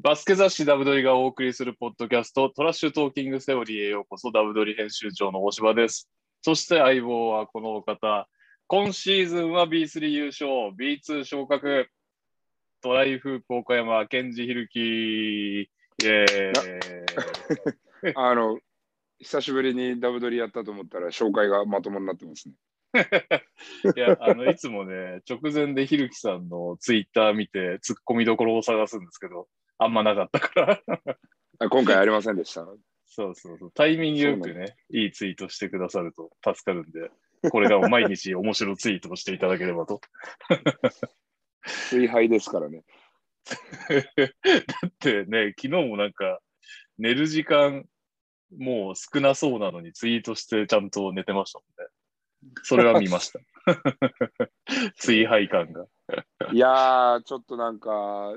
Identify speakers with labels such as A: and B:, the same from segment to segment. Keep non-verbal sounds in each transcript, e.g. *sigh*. A: バスケ雑誌ダブドリがお送りするポッドキャスト、トラッシュトーキングセオリーへようこそ、ダブドリ編集長の大柴です。そして相棒はこのお方、今シーズンは B3 優勝、B2 昇格、トライフープ岡山、ケンジヒルキイエーイ
B: *laughs* あの、久しぶりにダブドリやったと思ったら、紹介がまともになってますね。
A: いや、あの、いつもね、直前でヒルキさんのツイッター見て、ツッコミどころを探すんですけど、あんまなかったから。
B: あ今回ありませんでした。 *laughs*
A: そうそうそう。タイミングよく
B: そう
A: ね、いいツイートしてくださると助かるんで、これからも毎日面白いツイートをしていただければと。
B: 水杯ですから *laughs* ね。
A: *laughs* だってね、昨日もなんか、寝る時間、もう少なそうなのにツイートしてちゃんと寝てましたもんね。それは見ました。 *laughs* 追敗感が。
B: いやー、ちょっとなんか、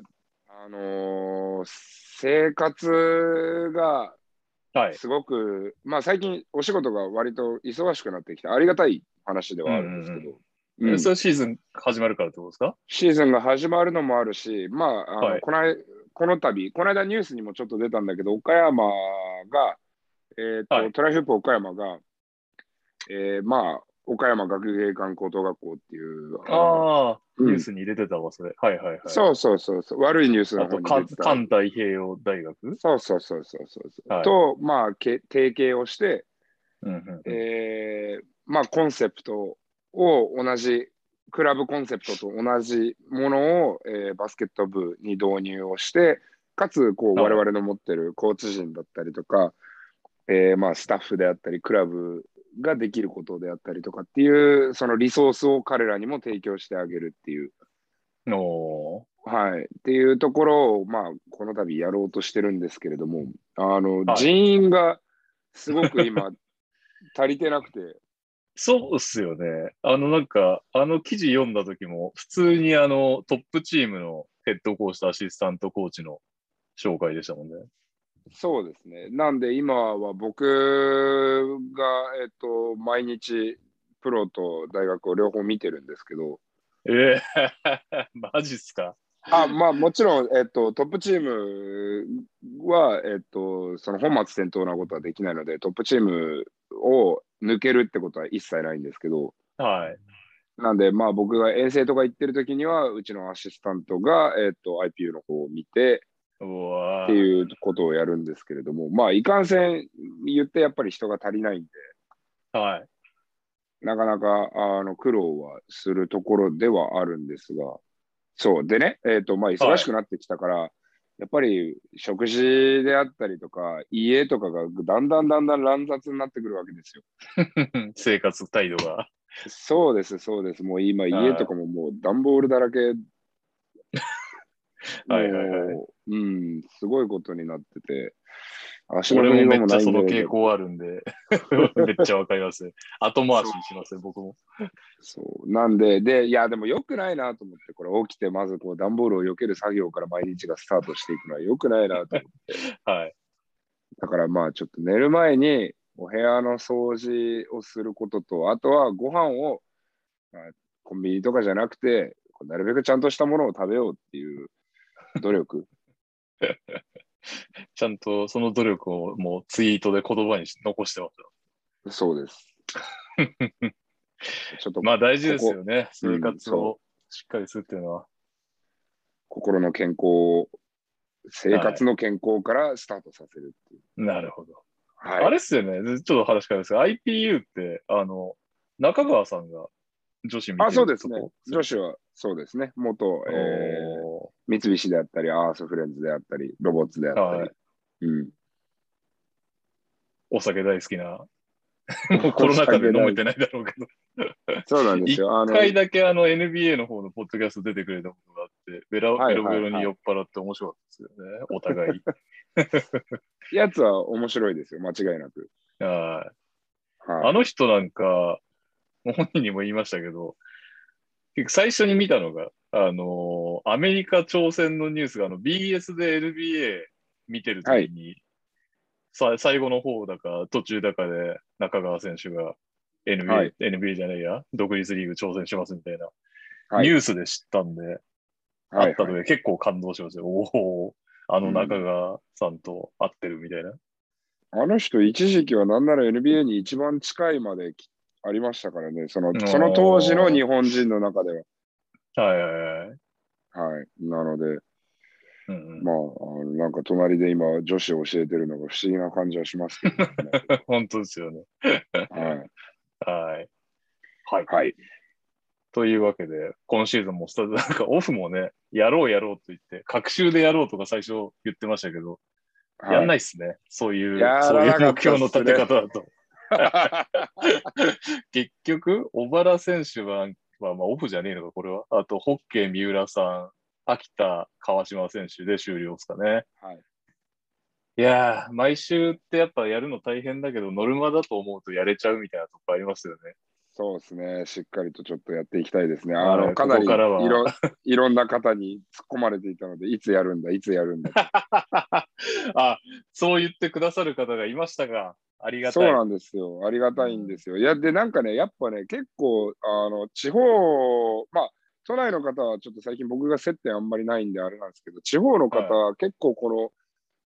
B: あのー生活が
A: はい。
B: すごく、まあ最近お仕事が割と忙しくなってきて、ありがたい話ではあるんですけど、うん
A: それシーズン始まるからってことですか
B: シーズンが始まるのもあるし、まあ、あの
A: はい
B: この間この度、この間ニュースにもちょっと出たんだけど、岡山が、えーと
A: はい
B: トライフープ岡山が、えーまあ、岡山学芸館高等学校っていう、の
A: ああ、
B: うん
A: ニュースに入れてたわ、それ。はいはいはい。
B: そうそうそうそう、悪いニュースの
A: あ
B: 方
A: と、
B: に
A: 関
B: 出てた
A: 関太平洋大学
B: そうそうそうそうそう、
A: はい
B: と、まあ、け提携をして、
A: うんうんうん。
B: えーまあ、コンセプトを同じ、クラブコンセプトと同じものを、えーバスケット部に導入をして、かつ、こう、
A: はい
B: 我々の持ってるコーチ陣だったりとか、えーまあ、スタッフであったり、クラブができることであったりとかっていう、そのリソースを彼らにも提供してあげるっていう、
A: お
B: はい、っていうところを、まあ、この度やろうとしてるんですけれども、あの、
A: はい
B: 人員がすごく今、足りてなくて、
A: そうっすよね。あの、なんか、あの記事読んだ時も、普通にあの、トップチームのヘッドコーチとアシスタントコーチの紹介でしたもんね。
B: そうですね。なんで今は僕が、えっと、毎日プロと大学を両方見てるんですけど、
A: ええ *laughs* マジっすか。
B: あまあもちろん、えっと、トップチームは、えっと、その本末転倒なことはできないので、トップチームを抜けるってことは一切ないんですけど、
A: はい。
B: なんでまあ僕が遠征とか行ってる時には、うちのアシスタントが、えっと、IPU の方を見て、
A: うわ
B: っ
A: ー
B: ていうことをやるんですけれども、まあいかんせん言ってやっぱり人が足りないんで、
A: はい。
B: なかなかあの苦労はするところではあるんですが、そう、でね、えっとまあ、忙しくなってきたから、やっぱり食事であったりとか、家とかがだんだんだんだん乱雑になってくるわけですよ。
A: *laughs* 生活態度が。
B: そうです、そうです、もう今、
A: はい
B: 家とかももう段ボールだらけ、
A: *laughs* はいはいはい
B: もううん、すごいことになってて、足の
A: 俺
B: 踏み
A: もめっ
B: 場
A: ちゃ
B: ない
A: そ
B: んだ
A: の
B: よね
A: 傾向あるんで、 *laughs* めっちゃわかります。後回しにしますね、僕も。
B: そう。なんで、で、いや、でも良くないなと思って、これ起きて、まずこう、段ボールを避ける作業から毎日がスタートしていくのは良くないなと思って。
A: はい。
B: だからまあ、ちょっと寝る前に、お部屋の掃除をすることと、あとはご飯を、まあ、コンビニとかじゃなくて、こうなるべくちゃんとしたものを食べようっていう努力。 *laughs*
A: ちゃんとその努力をもうツイートで言葉にし残してます。
B: そうです。ちょっと
A: まあ大事ですよね。
B: ここ
A: 生活
B: うん
A: をしっかりするっていうのは。
B: 心の健康を、生活の健康からスタートさせるっていう。
A: なるほど。
B: はい。
A: あれっすよね。ちょっと話変わるんですが、IPU って、あの、中川さんが女子見てる
B: あ、そうですね
A: とこ。
B: 女子はそうですね。元、えー
A: お
B: 三菱であったり、アースフレンズであったり、ロボッツであったり。
A: はい
B: うん、
A: ーお酒大好
B: *laughs*
A: きな。もうコロナ禍で飲めてないだろうけど。
B: そうなんですよ。あ
A: 一
B: の
A: 回だけあの NBA の方のポッドキャスト出てくれたことがあって、ベラ
B: は
A: ベ
B: い
A: ロ
B: はいはい
A: ベロに酔っ払って面白かったですよね。お互
B: *laughs*
A: い。
B: やつは面白いですよ、間違いなく。
A: はい。
B: は
A: あ
B: い、
A: の人なんか、本人にも言いましたけど、結構最初に見たのが、あのーアメリカ朝鮮のニュースがあの BS で NBA 見てるときに、さ最後の方だか途中だかで中川選手が NBA,、
B: はい
A: NBA じゃないや、独立リーグ挑戦しますみたいな、
B: はい
A: ニュースで知ったんで、
B: は
A: あ
B: い
A: ったので結構感動しましたよ。おお、あの中川さんと会ってるみたいな。
B: あの人、一時期はなんなら NBA に一番近いまできありましたからね、その
A: ー
B: その当時の日本人の中では。
A: はいはいはい。
B: はい。なので、
A: うんうん
B: まあ、あのなんか隣で今、女子を教えてるのが不思議な感じはしますけど、
A: *laughs* *laughs* 本当ですよね。
B: はい。
A: はい。はい。
B: はい。
A: というわけで、今シーズンもスタなんかオフもね、やろうやろうと言って、隔週でやろうとか最初言ってましたけど、
B: はい
A: やんないっすね。そういう、
B: や
A: そ
B: ら
A: うい
B: な
A: う
B: かったっすね
A: 目標の立て方だと。 *laughs* 結局、小原選手は、まあ、まあオフじゃねえのか、これは。あと、ホッケー三浦さん、秋田川島選手で終了ですかね。
B: はい、
A: いやー、毎週ってやっぱやるの大変だけど、ノルマだと思うとやれちゃうみたいなとこありますよね。
B: そうですね。しっかりとちょっとやっていきたいですね。
A: は
B: あ
A: い
B: の、かな
A: こ
B: りい
A: こからは
B: ろいろんな方に突っ込まれていたので、いつやるんだ、いつやるんだ。
A: *laughs* あ、そう言ってくださる方がいましたが、ありがた
B: そう
A: い。
B: なんですよ。ありがたいんですよ。いや、で、なんかね、やっぱね、結構、あの、地方、まあ、都内の方はちょっと最近僕が接点あんまりないんであれなんですけど、地方の方は結構この、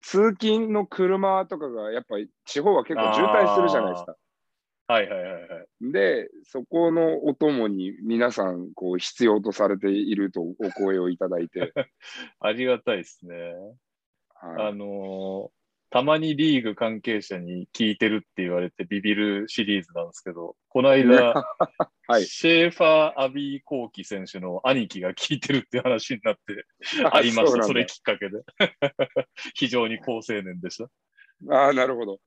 B: 通勤の車とかがやっぱり地方は結構渋滞するじゃないですか。
A: はいはいはいはい。
B: で、そこのお供に皆さんこう必要とされているとお声をいただいて、
A: ありがたいですね。
B: は
A: あ
B: い、
A: のーたまにリーグ関係者に聞いてるって言われてビビるシリーズなんですけど、この間、
B: *laughs* はい
A: シェーファー・アビー・コーキ選手の兄貴が聞いてるって話にな
B: *laughs*
A: って、ありまし
B: う
A: た、
B: なん
A: そ
B: だ
A: れきっかけで。 *laughs* 非常に好青年でした。
B: ああ、なるほど。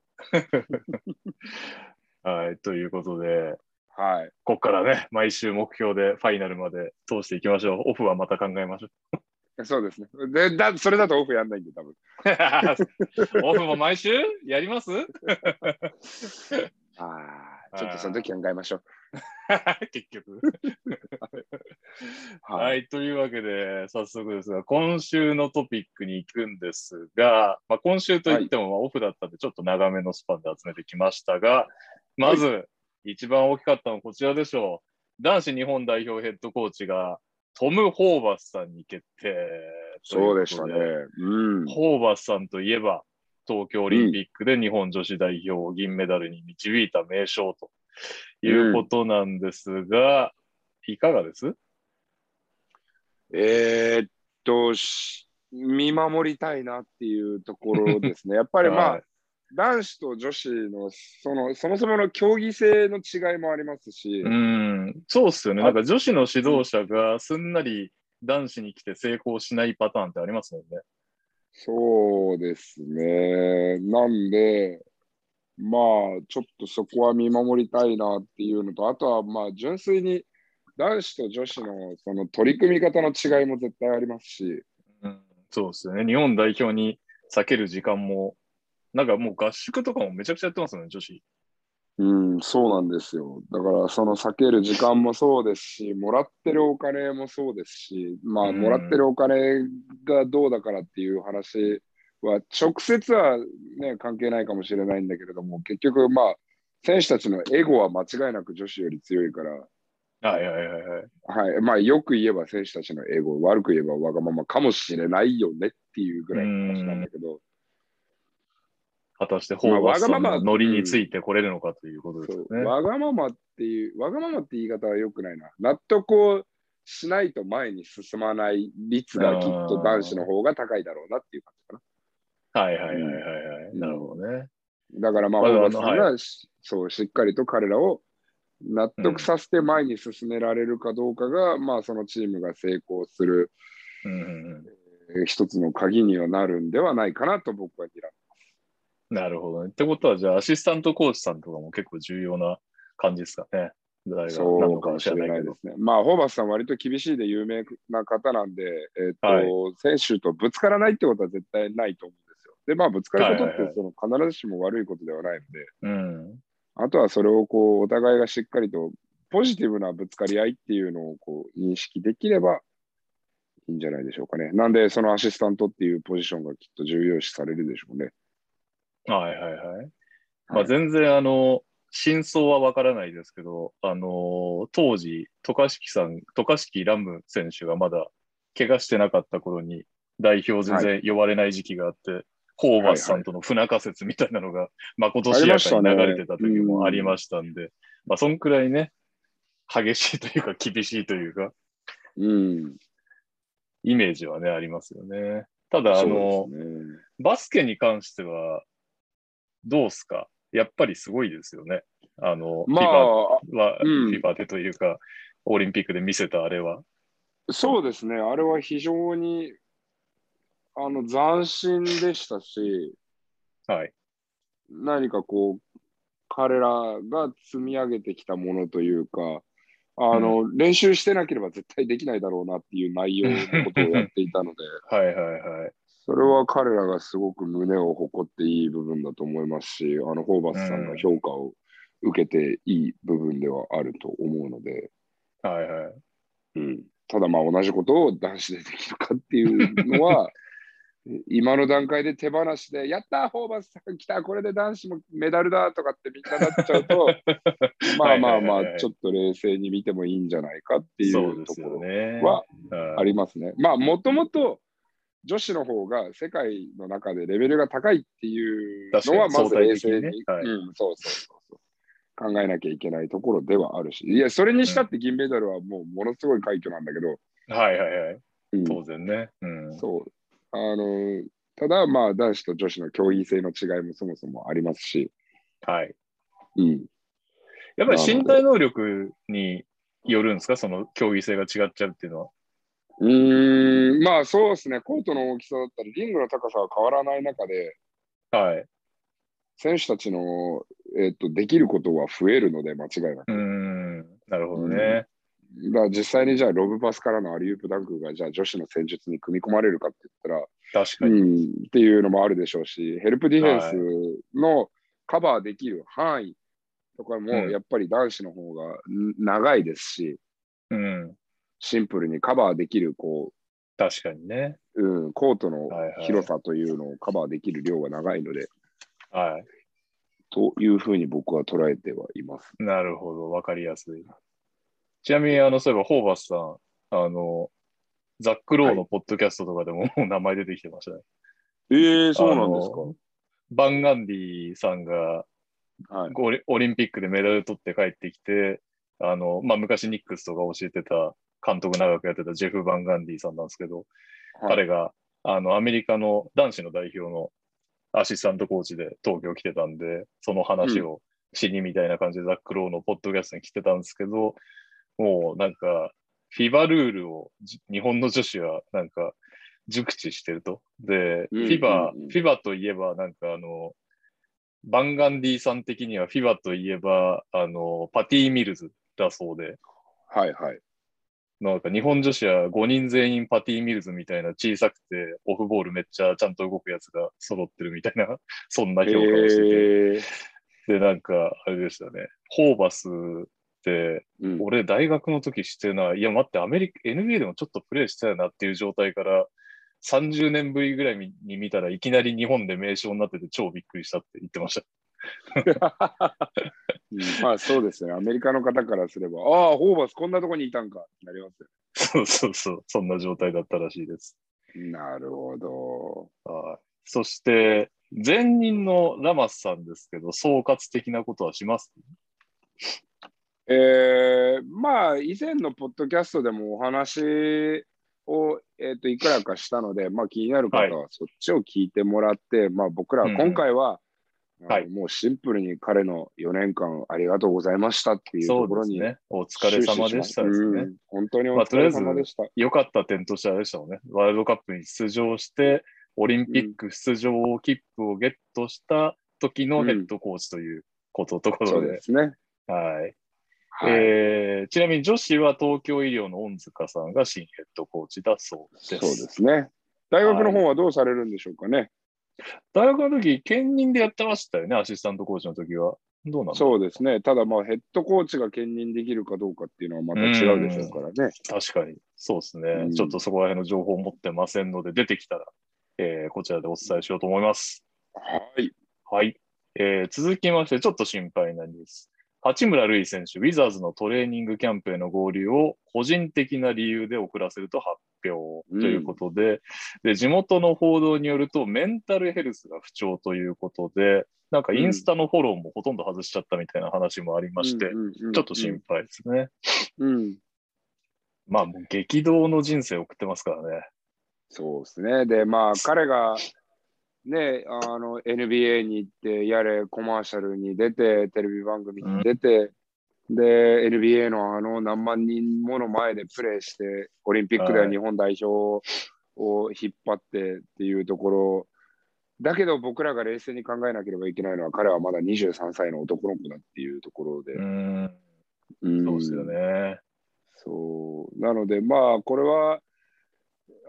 A: はい、ということで、
B: はい。
A: ここからね、毎週目標でファイナルまで通していきましょう。オフはまた考えましょう。
B: そうですね。で、だそれだとオフやんないんで、多分。
A: *laughs* オフも毎週やります *laughs*
B: ああ、ちょっとその時考えましょう。
A: 結局。
B: はい
A: はい、というわけで、早速ですが、今週のトピックに行くんですが、まあ、今週といってもまあオフだったんで、ちょっと長めのスパンで集めてきましたが、まず、一番大きかったのはこちらでしょう。男子日本代表ヘッドコーチが、トム・ホーバスさんに決定。
B: そうでしたね。うん。
A: ホーバスさんといえば、東京オリンピックで日本女子代表を銀メダルに導いた名将ということなんですが、いかがです
B: えーっとし見守りたいなっていうところです
A: *laughs*
B: ね。やっぱりまあ、
A: はい
B: 男子と女子のそのそもそもの競技性の違いもありますし、
A: うん、そうっすよね。
B: あ
A: なんか女子の指導者がすんなり男子に来て成功しないパターンってありますもんね。
B: そうですね。なんで、まあ、ちょっとそこは見守りたいなっていうのと、あとはまあ、純粋に男子と女子のその取り組み方の違いも絶対ありますし、
A: うん、そうっすよね。日本代表に避ける時間も、なんかもう合宿とかもめちゃくちゃやってますよね、女子。
B: うん、そうなんですよ。だから、その避ける時間もそうですし、もらってるお金もそうですし、まあ、
A: うん
B: もらってるお金がどうだからっていう話は、直接はね、関係ないかもしれないんだけれども、結局、まあ、選手たちのエゴは間違いなく女子より強いから、
A: はいはいはいはい。
B: はい、まあ、よく言えば選手たちのエゴ、悪く言えばわがままかもしれないよねっていうぐらいの話なんだけど、
A: 果たしてホーバスさんのノリについてこれるのかということです
B: そ
A: よ
B: う
A: ね。
B: わがままっていう、わがままって言い方は良くないな。納得をしないと前に進まない率がきっと男子の方が高いだろうなっていう感じか
A: はいはいはいはいはい。
B: うん
A: なるほどね。
B: な。だからまあ、
A: ま
B: ホ
A: だ
B: ーバスさん
A: あ
B: がし、そう、しっかりと彼らを納得させて前に進められるかどうかが、まあ、そのチームが成功する、
A: うんうんうん
B: えー一つの鍵にはなるんではないかなと僕は睨
A: なるほどね。ってことは、じゃあ、アシスタントコーチさんとかも結構重要な感じですかね。誰
B: む。
A: が
B: そ
A: なの
B: うか
A: か
B: も
A: は
B: し
A: 知ら
B: れ
A: な
B: ないい
A: け
B: で
A: ど。
B: すね。まあ、ホーバスさんは割と厳しいで有名な方なんで、えーっと、
A: はい
B: 選手とぶつからないってことは絶対ないと思うんですよ。で、まあ、ぶつかることっ
A: はいはいは
B: てその必ずしも悪いことではないので、
A: うん。
B: あとはそれをこう、お互いがしっかりとポジティブなぶつかり合いっていうのをこう認識できればいいんじゃないでしょうかね。なんで、そのアシスタントっていうポジションがきっと重要視されるでしょうね。
A: はいはいはい。まあ、
B: はい
A: 全然、あの、真相はわからないですけど、あのー当時、渡嘉敷さん、渡嘉敷ラム選手がまだ怪我してなかった頃に、代表全然呼ばれない時期があって、ホーバスさんとの不仲説みたいなのが、まことしやかに流れてた時もありましたんで、まあ、そんくらいね、激しいというか、厳しいというか、
B: うん。
A: イメージはね、ありますよね。ただ、あの、
B: そうですね
A: バスケに関しては、どうっすかやっぱりすごいですよね。あの、
B: ま
A: フィバ
B: あ、
A: は、
B: うん
A: フィバでというか、オリンピックで見せたあれは。
B: そうですね、あれは非常にあの斬新でしたし、
A: はい。
B: 何かこう、彼らが積み上げてきたものというか、あの、練習してなければ絶対できないだろうなっていう内容のことをやっていたので、
A: はいはいはい。
B: それは彼らがすごく胸を誇っていい部分だと思いますし、あのホーバスさんが評価を受けていい部分ではあると思うので、
A: はいはい。
B: うん、ただまあ同じことを男子でできるかっていうの
A: *laughs*
B: は、今の段階で手放しで、やったー、ホーバスさん来た、これで男子もメダルだとかってみんななっちゃう
A: *laughs*
B: と、まあま
A: はいは
B: あま
A: いはいは
B: あ、
A: い
B: ちょっと冷静に見てもいいんじゃないかってい
A: そう
B: う
A: で
B: と
A: す
B: こ
A: よ
B: ろ
A: ね。
B: は
A: うん
B: ありますね。まあ、もともと女子の方が世界の中でレベルが高いっていうのは、
A: 確か
B: ま
A: に
B: ず冷
A: 相対
B: 静
A: 的にね
B: に、
A: はい
B: うん、そうそうそうそう考えなきゃいけないところではあるし、いや、それにしたって銀メダルはもうものすごい快挙なんだけど、
A: はいはいはい。
B: うん
A: 当然ね。うん。
B: そう。あの、ただ、まあ、男子と女子の競技性の違いもそもそもありますし、
A: はい。
B: うん、
A: やっぱり身体能力によるんですかその競技性が違っちゃうっていうのは。
B: うーん、まあそうですね、コートの大きさだったり、リングの高さは変わらない中で、
A: はい。
B: 選手たちの、えっとできることは増えるので、間違いなく。
A: うーん。なるほど
B: う
A: ね。
B: だから実際にじゃあロブパスからのアリウープダンクがじゃあ女子の戦術に組み込まれるかって言っ
A: 確
B: た、
A: からに。
B: うん、っていうのもあるでしょうしヘルプディフェンスのカバーできる範囲とかも
A: うん
B: やっぱり男子の方がん長いですし
A: うん。
B: シンプルにカバーできるこ
A: 確かにね。
B: う、うん、コートの
A: はいはい
B: 広さというのをカバーできる量が長いので
A: は
B: というふうに僕は捉えてはいます。
A: い。なるほど。わかりやすい。ちなみに、あの、そういえば、ホーバスさん、あの、ザック・ローのポッドキャストとかでも、 *laughs* もう名前出てきてましたね。
B: ええ
A: あのバンガンディさんが
B: はい、
A: オリオリンピックでメダル取って帰ってきて、あの、まあ、昔ニックスとか教えてた、監督長くやってたジェフ・バンガンディさんなんですけど、
B: はい
A: 彼が、あの、アメリカの男子の代表のアシスタントコーチで東京来てたんで、その話をしにみたいな感じでザック・ローのポッドキャストに来てたんですけど、もうなんか、フィバルールをじ日本の女子はなんか熟知してると。で、
B: うん
A: フィバ、
B: うんうん
A: フィバといえばなんかあの、バンガンディさん的にはフィバといえば、あの、パティ・ミルズだそうで、
B: はいはい
A: なんか日本女子は5人全員パティ・ミルズみたいな小さくてオフボールめっちゃちゃんと動くやつが揃ってるみたいな、 *laughs* そんな評価をして
B: へえ
A: て。で、なんかあれでしたね。ホーバスって、
B: うん
A: 俺大学の時してない。いや待って、アメリカ、NBA でもちょっとプレーしてたよなっていう状態から、30年ぶりぐらいに見たらいきなり日本で名称になってて超びっくりしたって言ってました。 *laughs*
B: うんまあそうですね、アメリカの方からすれば、ああ、ホーバスこんなとこにいたんかってなりますよ。
A: そうそうそう。そんな状態だったらしいです。
B: なるほど。
A: はい。そして、前任のラマスさんですけど、総括的なことはします
B: えー、まあ以前のポッドキャストでもお話を、えー、といくらかしたので、まあ、気になる方
A: は
B: はそっちを聞いてもらって、まあ、僕らは今回は、
A: んはい
B: あのもうシンプルに彼の4年間ありがとうございましたっていうところに、
A: ね。お疲れ様でしたです
B: う
A: ね。
B: ん本当にお
A: まあと
B: 疲
A: りあ
B: れ
A: えず
B: 様でした。
A: 良かった点としてあれでしたもんね。ワールドカップに出場して、オリンピック出場切符をゲットした時のヘッドコーチということ、とこ
B: そ
A: ろ
B: う
A: で。
B: ですね。
A: はい。
B: はい
A: えーちなみに女子は東京医療の恩塚さんが新ヘッドコーチだそうです。
B: そうですね。大学の方はどうされるんでしょうかね。
A: 大学の時、兼任でやってましたよね、アシスタントコーチの時は。どうなの
B: そうですね。ただまあヘッドコーチが兼任できるかどうかっていうのはまた違うでしょうからね。
A: 確かに、そうですね、
B: うん
A: ちょっとそこら辺の情報を持ってませんので、出てきたら、えーこちらでお伝えしようと思います。
B: はい。
A: はい。えー続きまして、ちょっと心配なニュース。八村塁選手、ウィザーズのトレーニングキャンプへの合流を個人的な理由で遅らせると発表ということで,、で、地元の報道によると、メンタルヘルスが不調ということで、なんかインスタのフォローもほとんど外しちゃったみたいな話もありまして、ちょっと心配ですね。
B: うんうん、
A: まあ、もう激動の人生を送ってますからね。
B: そうですね。で、まあ、彼が、ね、あの NBA に行って、やれ、コマーシャルに出て、テレビ番組に出て、で、NBA のあの何万人もの前でプレーして、オリンピックでは日本代表を引っ張ってっていうところ、だけど僕らが冷静に考えなければいけないのは、彼はまだ23歳の男の子だっていうところで。
A: うん、
B: うん
A: そうですよね。
B: そう。なので、まあ、これは、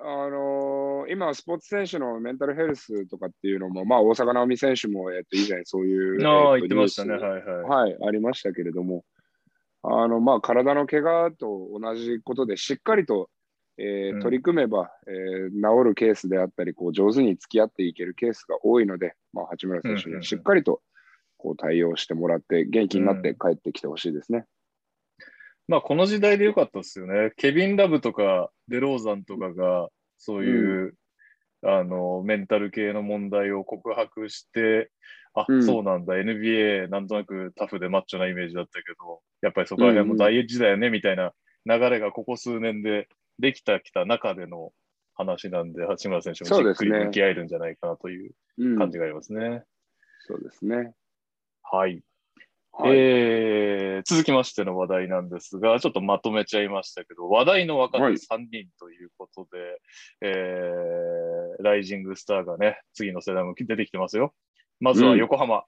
B: あのー今、スポーツ選手のメンタルヘルスとかっていうのも、まあ、大坂なおみ選手も、えっと、以前そういう、
A: ああ、
B: え
A: 言っ
B: っと
A: てましたね。
B: ニュース
A: はいはい。
B: はい、ありましたけれども、あの、まあ、体の怪我と同じことで、しっかりと、えー
A: うん
B: 取り組めば、えー治るケースであったり、こう、上手に付き合っていけるケースが多いので、まあ、八村選手
A: うんうんうん
B: にしっかりと、こう、対応してもらって、元気になって帰ってきてほしいですね。
A: まあ、この時代でよかったですよね。ケビン・ラブとかデローザンとかが、そういう、あの、メンタル系の問題を告白して、あ、
B: うん
A: そうなんだ、NBA、なんとなくタフでマッチョなイメージだったけど、やっぱりそこら辺も大事だよね、みたいな流れがここ数年でできたきた中での話なんで、八村選手もじっくり
B: そうですね
A: 向き合えるんじゃないかなという
B: うん、
A: 感じがありますね。
B: そうですね。
A: はい。
B: はい
A: えー続きましての話題なんですが、ちょっとまとめちゃいましたけど、話題の若手3
B: はい
A: 人ということで、えーライジングスターがね、次の世代も出てきてますよ。まずは横浜、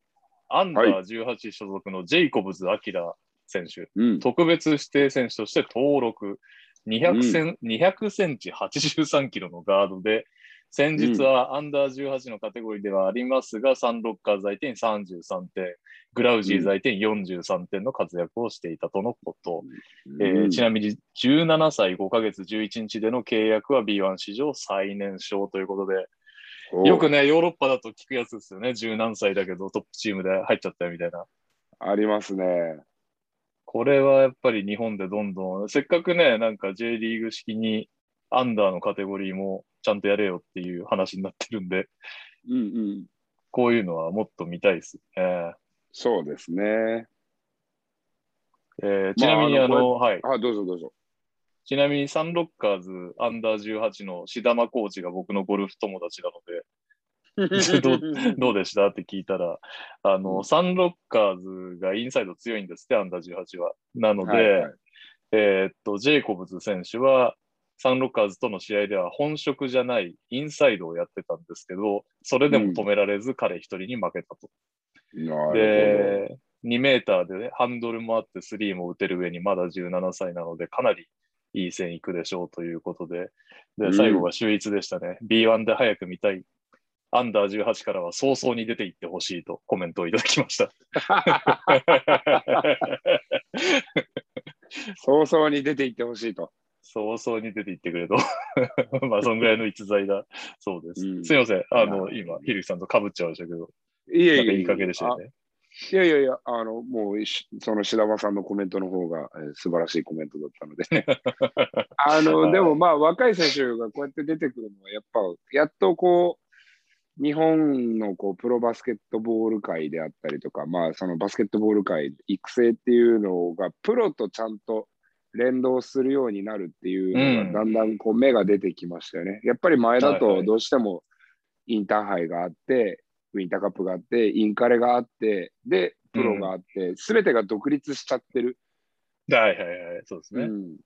A: アンダー18所属のジェイコブズ・アキラ選手、
B: うん、
A: 特別指定選手として登録、200セン,、200センチ83キロのガードで、先日はアンダー18のカテゴリーではありますが、サンロッカー在店33点、グラウジー在店43点の活躍をしていたとのこと。えーちなみに17歳5ヶ月11日での契約は B1 史上最年少ということで、
B: お
A: よくね、ヨーロッパだと聞くやつですよね。十何歳だけどトップチームで入っちゃったよみたいな。
B: ありますね。
A: これはやっぱり日本でどんどん、せっかくね、なんか J リーグ式にアンダーのカテゴリーもちゃんとやれよっていう話になってるんで、
B: うんうん。
A: こういうのはもっと見たいですね。
B: そうですね。
A: えーちなみに、
B: まあ
A: あ
B: あの
A: の、はい。
B: あ、どうぞどう
A: *laughs*
B: ぞ。
A: ちなみにサンロッカーズアンダー18のシダマコーチが僕のゴルフ友達なので、どうどうでしたって聞いたら、あの、サンロッカーズがインサイド強いんですって、アンダー18は。なので、
B: はいはい
A: えーっと、ジェイコブズ選手は、サンロッカーズとの試合では本職じゃないインサイドをやってたんですけど、それでも止められず彼一人に負けたと。
B: なる
A: で、2メーターで、ね、ハンドルもあってスリーも打てる上にまだ17歳なので、かなりいい線いくでしょうということで、
B: う
A: で、
B: ん
A: 最後は秀逸でしたね。B1 で早く見たい。アンダー18からは早々に出ていってほしいとコメントをいただきま
B: *laughs*
A: した。
B: ほど。早々に出て行ってほしいと。
A: 早々に出て行ってくれと。 *laughs* まあ、そんぐらいの逸材だそうです。
B: うん
A: すいません。あの、
B: なる
A: 今、ひるきさんと被っちゃいましたけど、
B: い
A: なん
B: えい
A: か
B: え。
A: いいかけでしたよね。
B: あいやいやいや、あの、もうし、その白間さんのコメントの方が、えー素晴らしいコメントだったので。
A: *laughs*
B: あ
A: は
B: の、
A: い
B: でもまあ、若い選手がこうやって出てくるのは、やっぱ、やっとこう、日本のこうプロバスケットボール界であったりとか、まあ、そのバスケットボール界、育成っていうのが、プロとちゃんと連動するようになるっていうのが、
A: う
B: だんだんこう目が出てきましたよね。やっぱり前
A: は
B: だ
A: いは
B: と、
A: い
B: どうしてもインターハイがあって、ウィンターカップがあって、インカレがあって、で、プロがあって、すべ、てが独立しちゃってる、
A: はいはいはい、そうですね。
B: うん。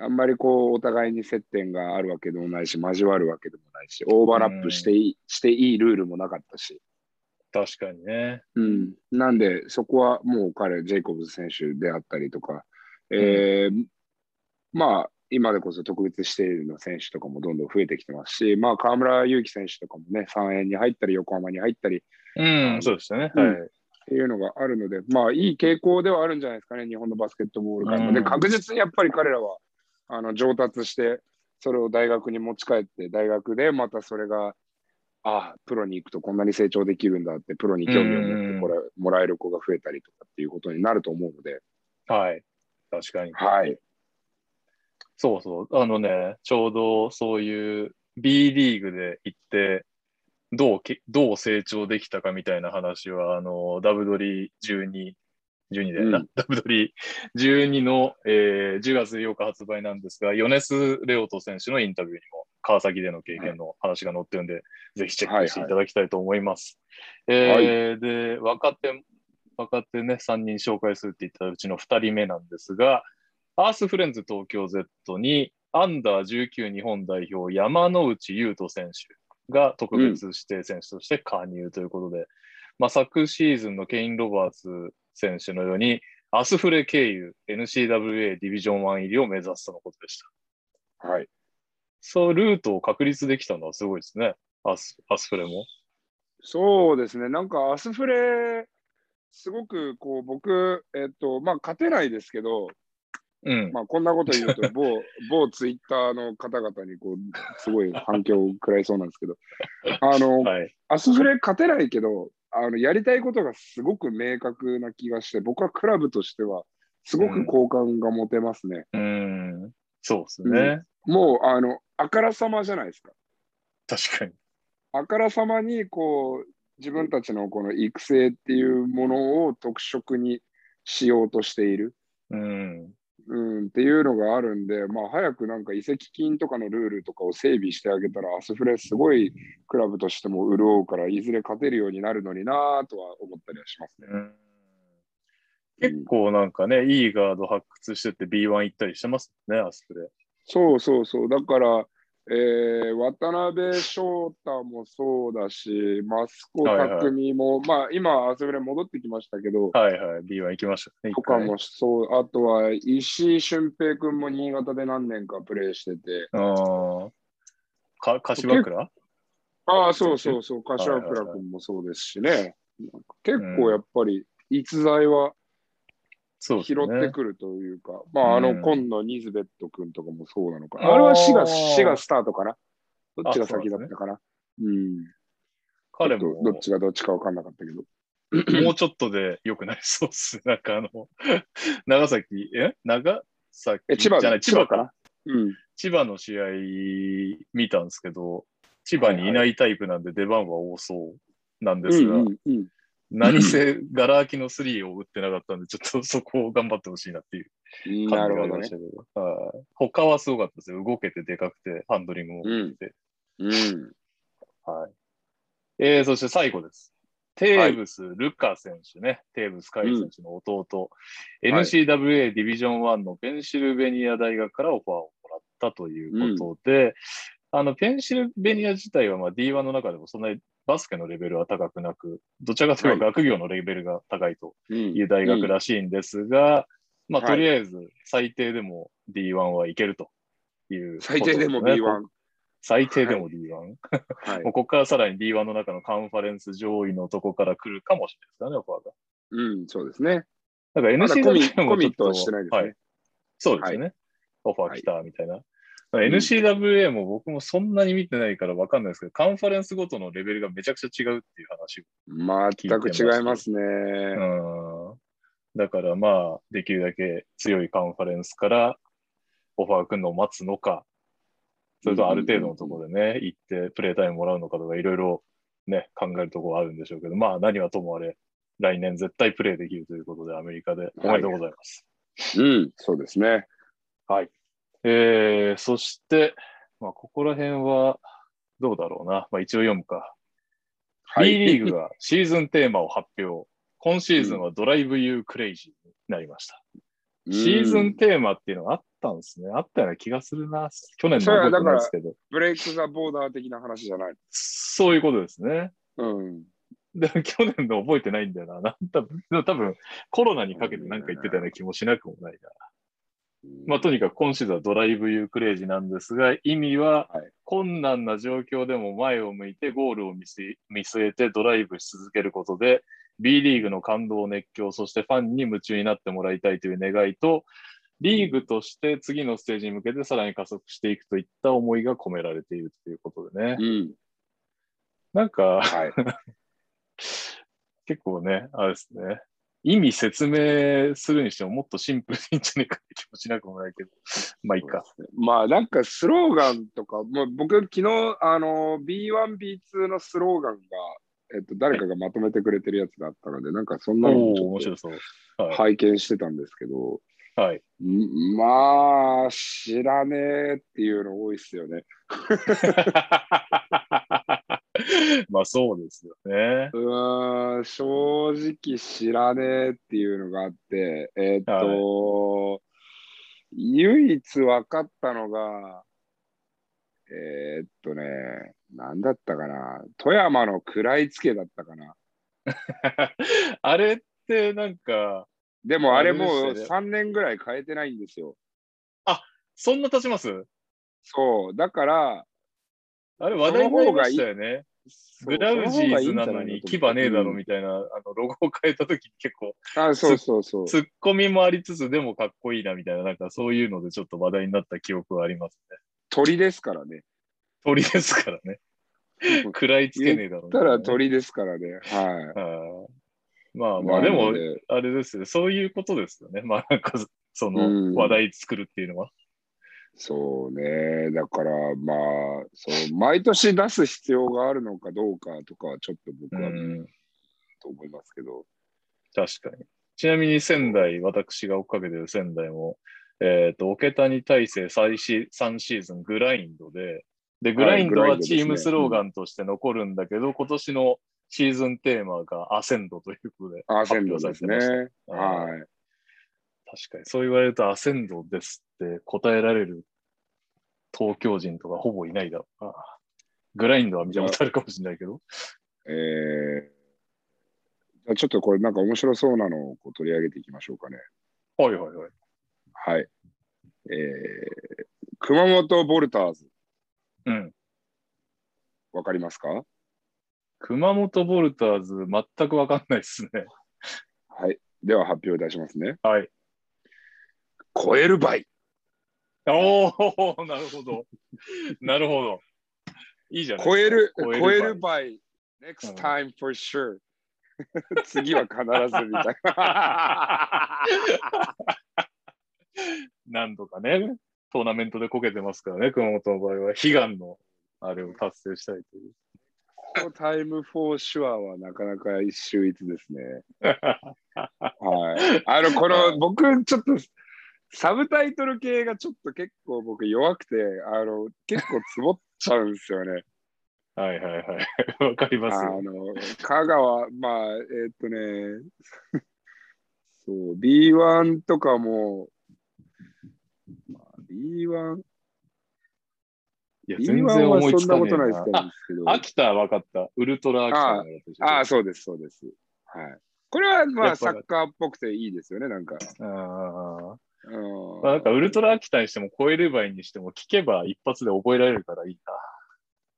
B: あんまりこう、お互いに接点があるわけでもないし、交わるわけでもないし、オーバーラップしていい,、していいルールもなかったし、
A: 確かにね。
B: うん。なんで、そこはもう彼、ジェイコブズ選手であったりとか、えーまあ、今でこそ特別指定の選手とかもどんどん増えてきてますし、まあ、河村勇輝選手とかもね、3円に入ったり、横浜に入ったり、
A: う、
B: うんん
A: そうでしたね。
B: うん
A: はい。
B: っていうのがあるので、まあ、いい傾向ではあるんじゃないですかね、日本のバスケットボール界も。
A: う
B: で、
A: ん
B: 確実にやっぱり彼らはあの上達して、それを大学に持ち帰って、大学でまたそれが、ああ、プロに行くとこんなに成長できるんだって、プロに興味を持ってこれもらえる子が増えたりとかっていうことになると思うので、
A: はい。確かに。
B: はい。
A: そうそう。あのね、ちょうどそういう B リーグで行って、どうけ、どう成長できたかみたいな話は、あの、ダブドリ12、12だよな、
B: うん
A: ダブドリ12の、えー10月8日発売なんですが、米津レオト選手のインタビューにも、川崎での経験の話が載ってるんで、ぜひチェックしていただきたいと思います。えーで、若手、若手ね、3人紹介するって言ったうちの2人目なんですが、アースフレンズ東京 Z に、アンダー19日本代表、山之内優斗選手が特別指定選手として加入ということで、まあ、昨シーズンのケイン・ロバーツ選手のように、アスフレ経由 NCWA ディビジョン1入りを目指すとのことでした。
B: はい。
A: そう、ルートを確立できたのはすごいですね。アスアスフレも。
B: そうですね、なんかアスフレ、すごくこう僕、えっとまあ、勝てないですけど、
A: うん。
B: まあ、こんなこと言
A: *laughs*
B: うと某、某ツイッターの方々にこうすごい反響を食らいそうなんですけど、あの
A: はい。
B: アスフレ勝てないけどあの、やりたいことがすごく明確な気がして、僕はクラブとしては、すごく好感が持てますね。
A: うん。そうですね。
B: うもうあの、あからさまじゃないですか。
A: 確かに。
B: あからさまにこう自分たちのこの育成っていうものを特色にしようとしている、
A: うん。
B: うん、っていうのがあるんで、まあ、早くなんか移籍金とかのルールとかを整備してあげたらアスフレすごいクラブとしても潤うからいずれ勝てるようになるのになぁとは思ったりはしますね。
A: うん結構なんかね、いいガード発掘してって B1 行ったりしてますもんね、アスフレ。
B: そうそうそうだから、えー渡辺翔太もそうだしマスコ匠も、まあ今アスフレ戻ってきましたけど、
A: はいはい、B1 行きましたね。
B: とかもそう、あとは石井俊平君も新潟で何年かプレーしてて、
A: あか柏倉
B: ああ、そうそうそう、
A: はい
B: 柏倉君もそうですしね、なんか結
A: うん
B: 構やっぱり逸材は
A: そうです
B: 拾
A: ね。
B: ってくるというか、まああ
A: う
B: の
A: ん
B: 今野ニズベット君とかもそうなのか
A: あー
B: な。あれは滋賀滋賀スタートかなどっちが先だったかなうん。
A: 彼
B: ちょ
A: も
B: っとどっちがどっちか分かんなかったけど。
A: もうちょっとで良くなりそうっす。 *laughs* なんかあの、長崎、え長崎
B: え、千葉
A: じゃない、千葉
B: か
A: か
B: なうん。
A: 千葉の試合見たんですけど、千葉にいないタイプなんで出番は多そうなんですが、
B: うんうんうん。
A: 何せガラ空きの3を打ってなかったんで、ちょっとそこを頑張ってほしいなっていう感じが
B: な
A: あ
B: るほ
A: り
B: ど
A: まし
B: ね
A: た。けど、はい他はすごかったですよ。動けてでかくて、ハンドリングも
B: うん
A: で。
B: うん。
A: はい。えー、そして最後です。テーブス、ルカ選手ね。テーブス海選手の弟。
B: うんはい
A: NCWA ディビジョン1のペンシルベニア大学からオファーをもらったということで、あの、ペンシルベニア自体はまあ D1 の中でもそんなにバスケのレベルは高くなく、どちらかとい
B: は
A: う
B: い
A: と学業のレベルが高いと
B: い
A: いう大学らしいんですが、まあ、
B: はい
A: とりあえず最低でも D1 はいけるということすね、
B: 最低でも B1。は
A: 最低でも D1。
B: い
A: もうここからさらに D1 の中のカンファレンス上位のとこから来るかもしれないですからね、オファーが。
B: うん、そうですね。
A: だから
B: まだコミ
A: NCW も
B: コ
A: ちょ
B: ミ
A: っ
B: ット
A: と、
B: はしてないですね。
A: はい、そうですよね、オファー来たみたいな。だから NCWA も僕もそんなに見てないから分かんないですけど、カンファレンスごとのレベルがめちゃくちゃ違うっていう話。
B: 全く違いますね。
A: うん。だからまあ、できるだけ強いカンファレンスからオファー来るのを待つのか、それとある程度のところでね、行ってプレータイムもらうのかとか、いろいろね、考えるところはあるんでしょうけど、まあ何はともあれ、来年絶対プレーできるということで、アメリカでおめでとうございます。
B: うん、そうですね。
A: えー、そして、まあここら辺はどうだろうな。まあ一応読むか。
B: は
A: B リーグ
B: が。
A: がシーズンテーマを発表。今シーズンはドライブユークレイジーになりました。シーズンテーマっていうのがあったんですね。あったような気がするな。去年の
B: それは
A: 覚え
B: だ
A: てな
B: か
A: い
B: ら
A: ですけど。
B: ブレイク・ザ・ボーダー的な話じゃない。
A: そういうことですね。
B: うん。
A: で去年の覚えてないんだよな。なん多分でも多分コロナにかけてなんか言ってたような気もしなくもないな。まあ、とにかく今シーズンはドライブユークレイジーなんですが、意味は
B: はい
A: 困難な状況でも前を向いてゴールを見据え見据えてドライブし続けることで、B リーグの感動、熱狂、そしてファンに夢中になってもらいたいという願いと、リーグとして次のステージに向けてさらに加速していくといった思いが込められているということでね
B: う。ん。
A: なんか、 *laughs*
B: はい。
A: 結構ね、あれですね。意味説明するにしてももっとシンプルでいいんじゃねえかって気もしなくもないけど、まあいいか。
B: まあなんかスローガンとか、まあ、僕昨日あの B1B2 のスローガンが、えっと、誰かがまとめてくれてるやつがあったので、なんかそんなの
A: お
B: も
A: おー、
B: ちょ
A: 面白
B: っ
A: そう。は
B: と
A: い。
B: 拝見してたんですけど、
A: はい、
B: んまあ知らねえっていうの多いっすよね。
A: *laughs* まあそうですよね。 *laughs*
B: *laughs* うーん、正直知らねえっていうのがあって、えーっと、唯一分かったのが、えーっとね、なんだったかな、富山の食らいつけだったかな。
A: あれってなんか、
B: でもあれ
A: あ
B: も
A: れ
B: う
A: ですよね
B: 3年ぐらい変えてないんですよ。
A: そんな経ちます
B: そう、だから、
A: あれ話題になりましたよね。
B: そう
A: グラウジーズなのに牙ねえだろ
B: み
A: みたいな、あのロゴを変えた時に結構
B: たいな。あ、そうそうそう。
A: ツッコミもありつつでもかっこいいなみたいな、なんかそういうのでちょっと話題になった記憶はありますね。
B: 鳥ですからね。
A: 鳥ですからね。食らいつけねえだろう
B: たら鳥ですからね。は
A: はい。まあ
B: い。
A: まあ、で
B: なの
A: も、あれですよ。そういうことですよね。まあなんか、そ
B: うん
A: の話題作るっていうのは。
B: そうね、だからまあそう、毎年出す必要があるのかどうかとかはちょっと僕は
A: うん
B: と思いますけど、
A: 確かに。ちなみに仙台、私が追っかけてる仙台も、えっ、と、桶谷大成最し3シーズングラインドで、で、グラインド
B: グラインド
A: は
B: です
A: チ
B: ね
A: ームスローガンとして残るんだけど、今年のシーズンテーマがアセンドということで
B: ア
A: 発
B: センド
A: 表さ
B: で
A: れてま
B: す
A: した。
B: ね。
A: はい
B: はい。
A: 確かに。そう言われるとアセンドですって答えられる東京人とかほぼいないだろうな。グラインドは見たことあるかもしれないけど。
B: えーじゃあちょっとこれなんか面白そうなのをこう取り上げていきましょうかね。
A: はいはいはい。
B: はい。えー熊本ボルターズ、
A: うん。
B: わかりますかは
A: 熊本ボルターズ、全くわかんないですね。 *laughs*
B: い。では発表いたしますね。
A: はい。
B: 超える倍。
A: おお、なるほど。なるほど。いいじゃない
B: 超える、
A: 超
B: 超
A: え
B: え
A: る
B: る
A: 倍 *laughs*
B: 倍。Next time for sure. *laughs* 次は必ずみたいな。
A: 何度かね、トーナメントでこけてますからね、熊本の場合は、悲願のあれを達成したいという。
B: タイムフォーシュアはなかなか一周一ですね。はい。あの、こ
A: は
B: の、僕、ちょっと、サブタイトル系がちょっと結構僕弱くて、あの、結構つぼっちゃうんですよね。
A: はいはいはい。わかり
B: あ
A: ますよ。
B: の、香川、まあ、えーっとね、そう、B1 とかも、まあ、B1、
A: いや、全
B: B1
A: 然思い
B: はそ
A: つ
B: んな
A: か
B: こ
A: ねえ
B: とないです
A: な
B: け。ど。
A: あ、秋田はわかった。ウルトラ秋田のやつでしょ
B: ああ、そうです、そうです。はい。これはま
A: や
B: あ
A: っぱ
B: サッカーっぽくていいですよね、なんか。
A: あー
B: うん
A: まあ、なんかウルトラ秋田にしても超える倍にしても聞けば一発で覚えられるからいいな。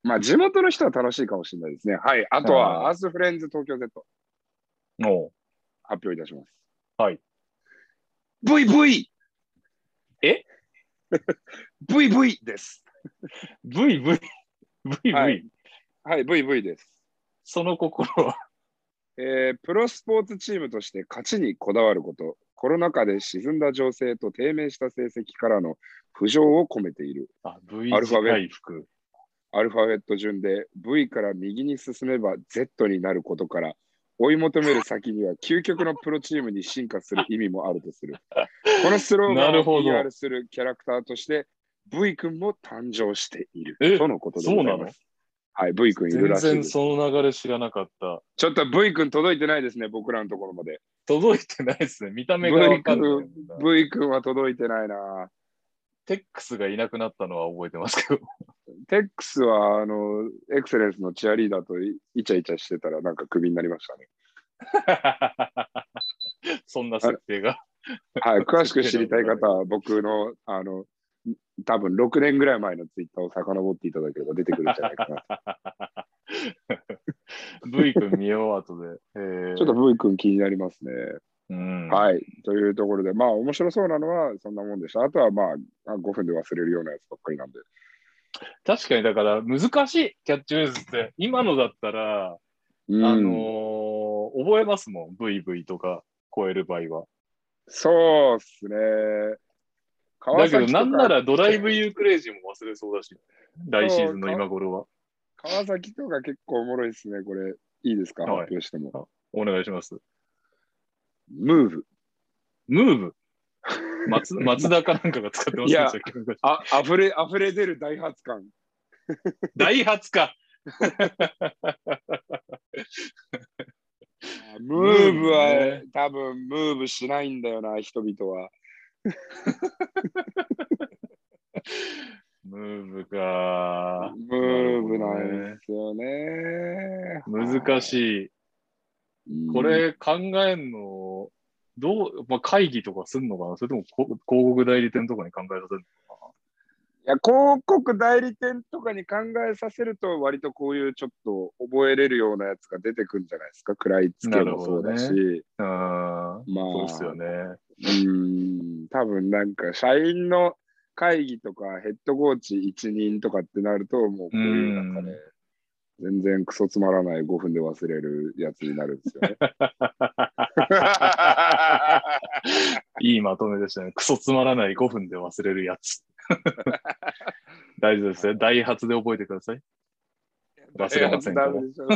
B: まあ地元の人は楽しいかもしれないですね。はい。あと
A: うん
B: は、アースフレンズ東京 Z
A: おう
B: 発表いたします。
A: はい。
B: VV! *laughs*
A: え
B: ?VV です。
A: VV、VV、
B: はいはい、VV です。
A: その心は。
B: えープロスポーツチームとして勝ちにこだわること、コロナ禍で沈んだ情勢と低迷した成績からの浮上を込めている。
A: あ、V
B: アル
A: 字
B: ファベット
A: 回復。
B: アルファベット順で V から右に進めば Z になることから追い求める先には究極のプロチームに進化する意味もあるとする。このスローガ
A: な
B: ン
A: る
B: を
A: ほど
B: PR するキャラクターとして V 君も誕生している
A: え
B: とのことでございます。はい、V 君いる
A: 全
B: らしい
A: 然
B: です。
A: その流れ知らなかった。
B: ちょっと V 君届いてないですね、僕らのところまで。
A: 届いてないですね。見た目がわかんない。
B: V 君は届いてないな。
A: テックスがいなくなったのは覚えてますけど。 *laughs*
B: テックスは、あの、エクセレンスのチアリーダーといイチャイチャしてたらなんかクビになりましたね。
A: そんな設定が。
B: はい、詳しく知りたい方は、僕の、あの、多分6年ぐらい前のツイッターを遡っていただければ出てくるんじゃないかな。
A: V 君見よう、後で。 *laughs* えー
B: ちょっと V 君気になりますね。
A: うん
B: はい、というところで、まあ、面白そうなのはそんなもんでした。あとは、まあ、あ5分で忘れるようなやつばっかりなんで。
A: 確かに、だから難しい、キャッチフレーズって。今のだったら、
B: うん
A: あのー覚えますもん、VV とか。超える場合は。
B: そうっすね。川
A: だ
B: 崎
A: けど、な
B: とか
A: んならドライブユークレイジーも忘れそうだし、来シーズンの今頃は。
B: 川崎とか結構おもろいっすね、これ。いいですか、
A: はい
B: 発表しても。
A: お願いします。
B: ムーブ。
A: ムーブ
B: *laughs*
A: 松松田かなんかが使ってま
B: い
A: し
B: や
A: たっけ昔
B: あ、溢れ、溢れ出る大発感。
A: ダイハツか
B: ムーブは、
A: ムーブね
B: 多分ムーブしないんだよな、人々は。
A: ムーブか。
B: ムーブな
A: なるほど
B: ん
A: ね
B: ですよね。
A: 難し
B: い
A: い。こ、れ考えんの、どう、まあ、会議とかすんのかなそれともこ広告代理店とかに考えさせる
B: いや広告代理店とかに考えさせると割とこういうちょっと覚えれるようなやつが出てくるんじゃないですか食らいつけもそうだし、
A: なあー
B: まあ
A: そうですよね。
B: うーん多分なんか社員の会議とかヘッドコーチ一人とかってなるともうこういう中で全然クソつまらない5分で忘れるやつになるんですよね。
A: いいまとめでしたね。クソつまらない5分で忘れるやつ。大丈夫ですよ。ダイハツで覚えてください。 *laughs* 忘れませんか
B: ダイハツダメでしょ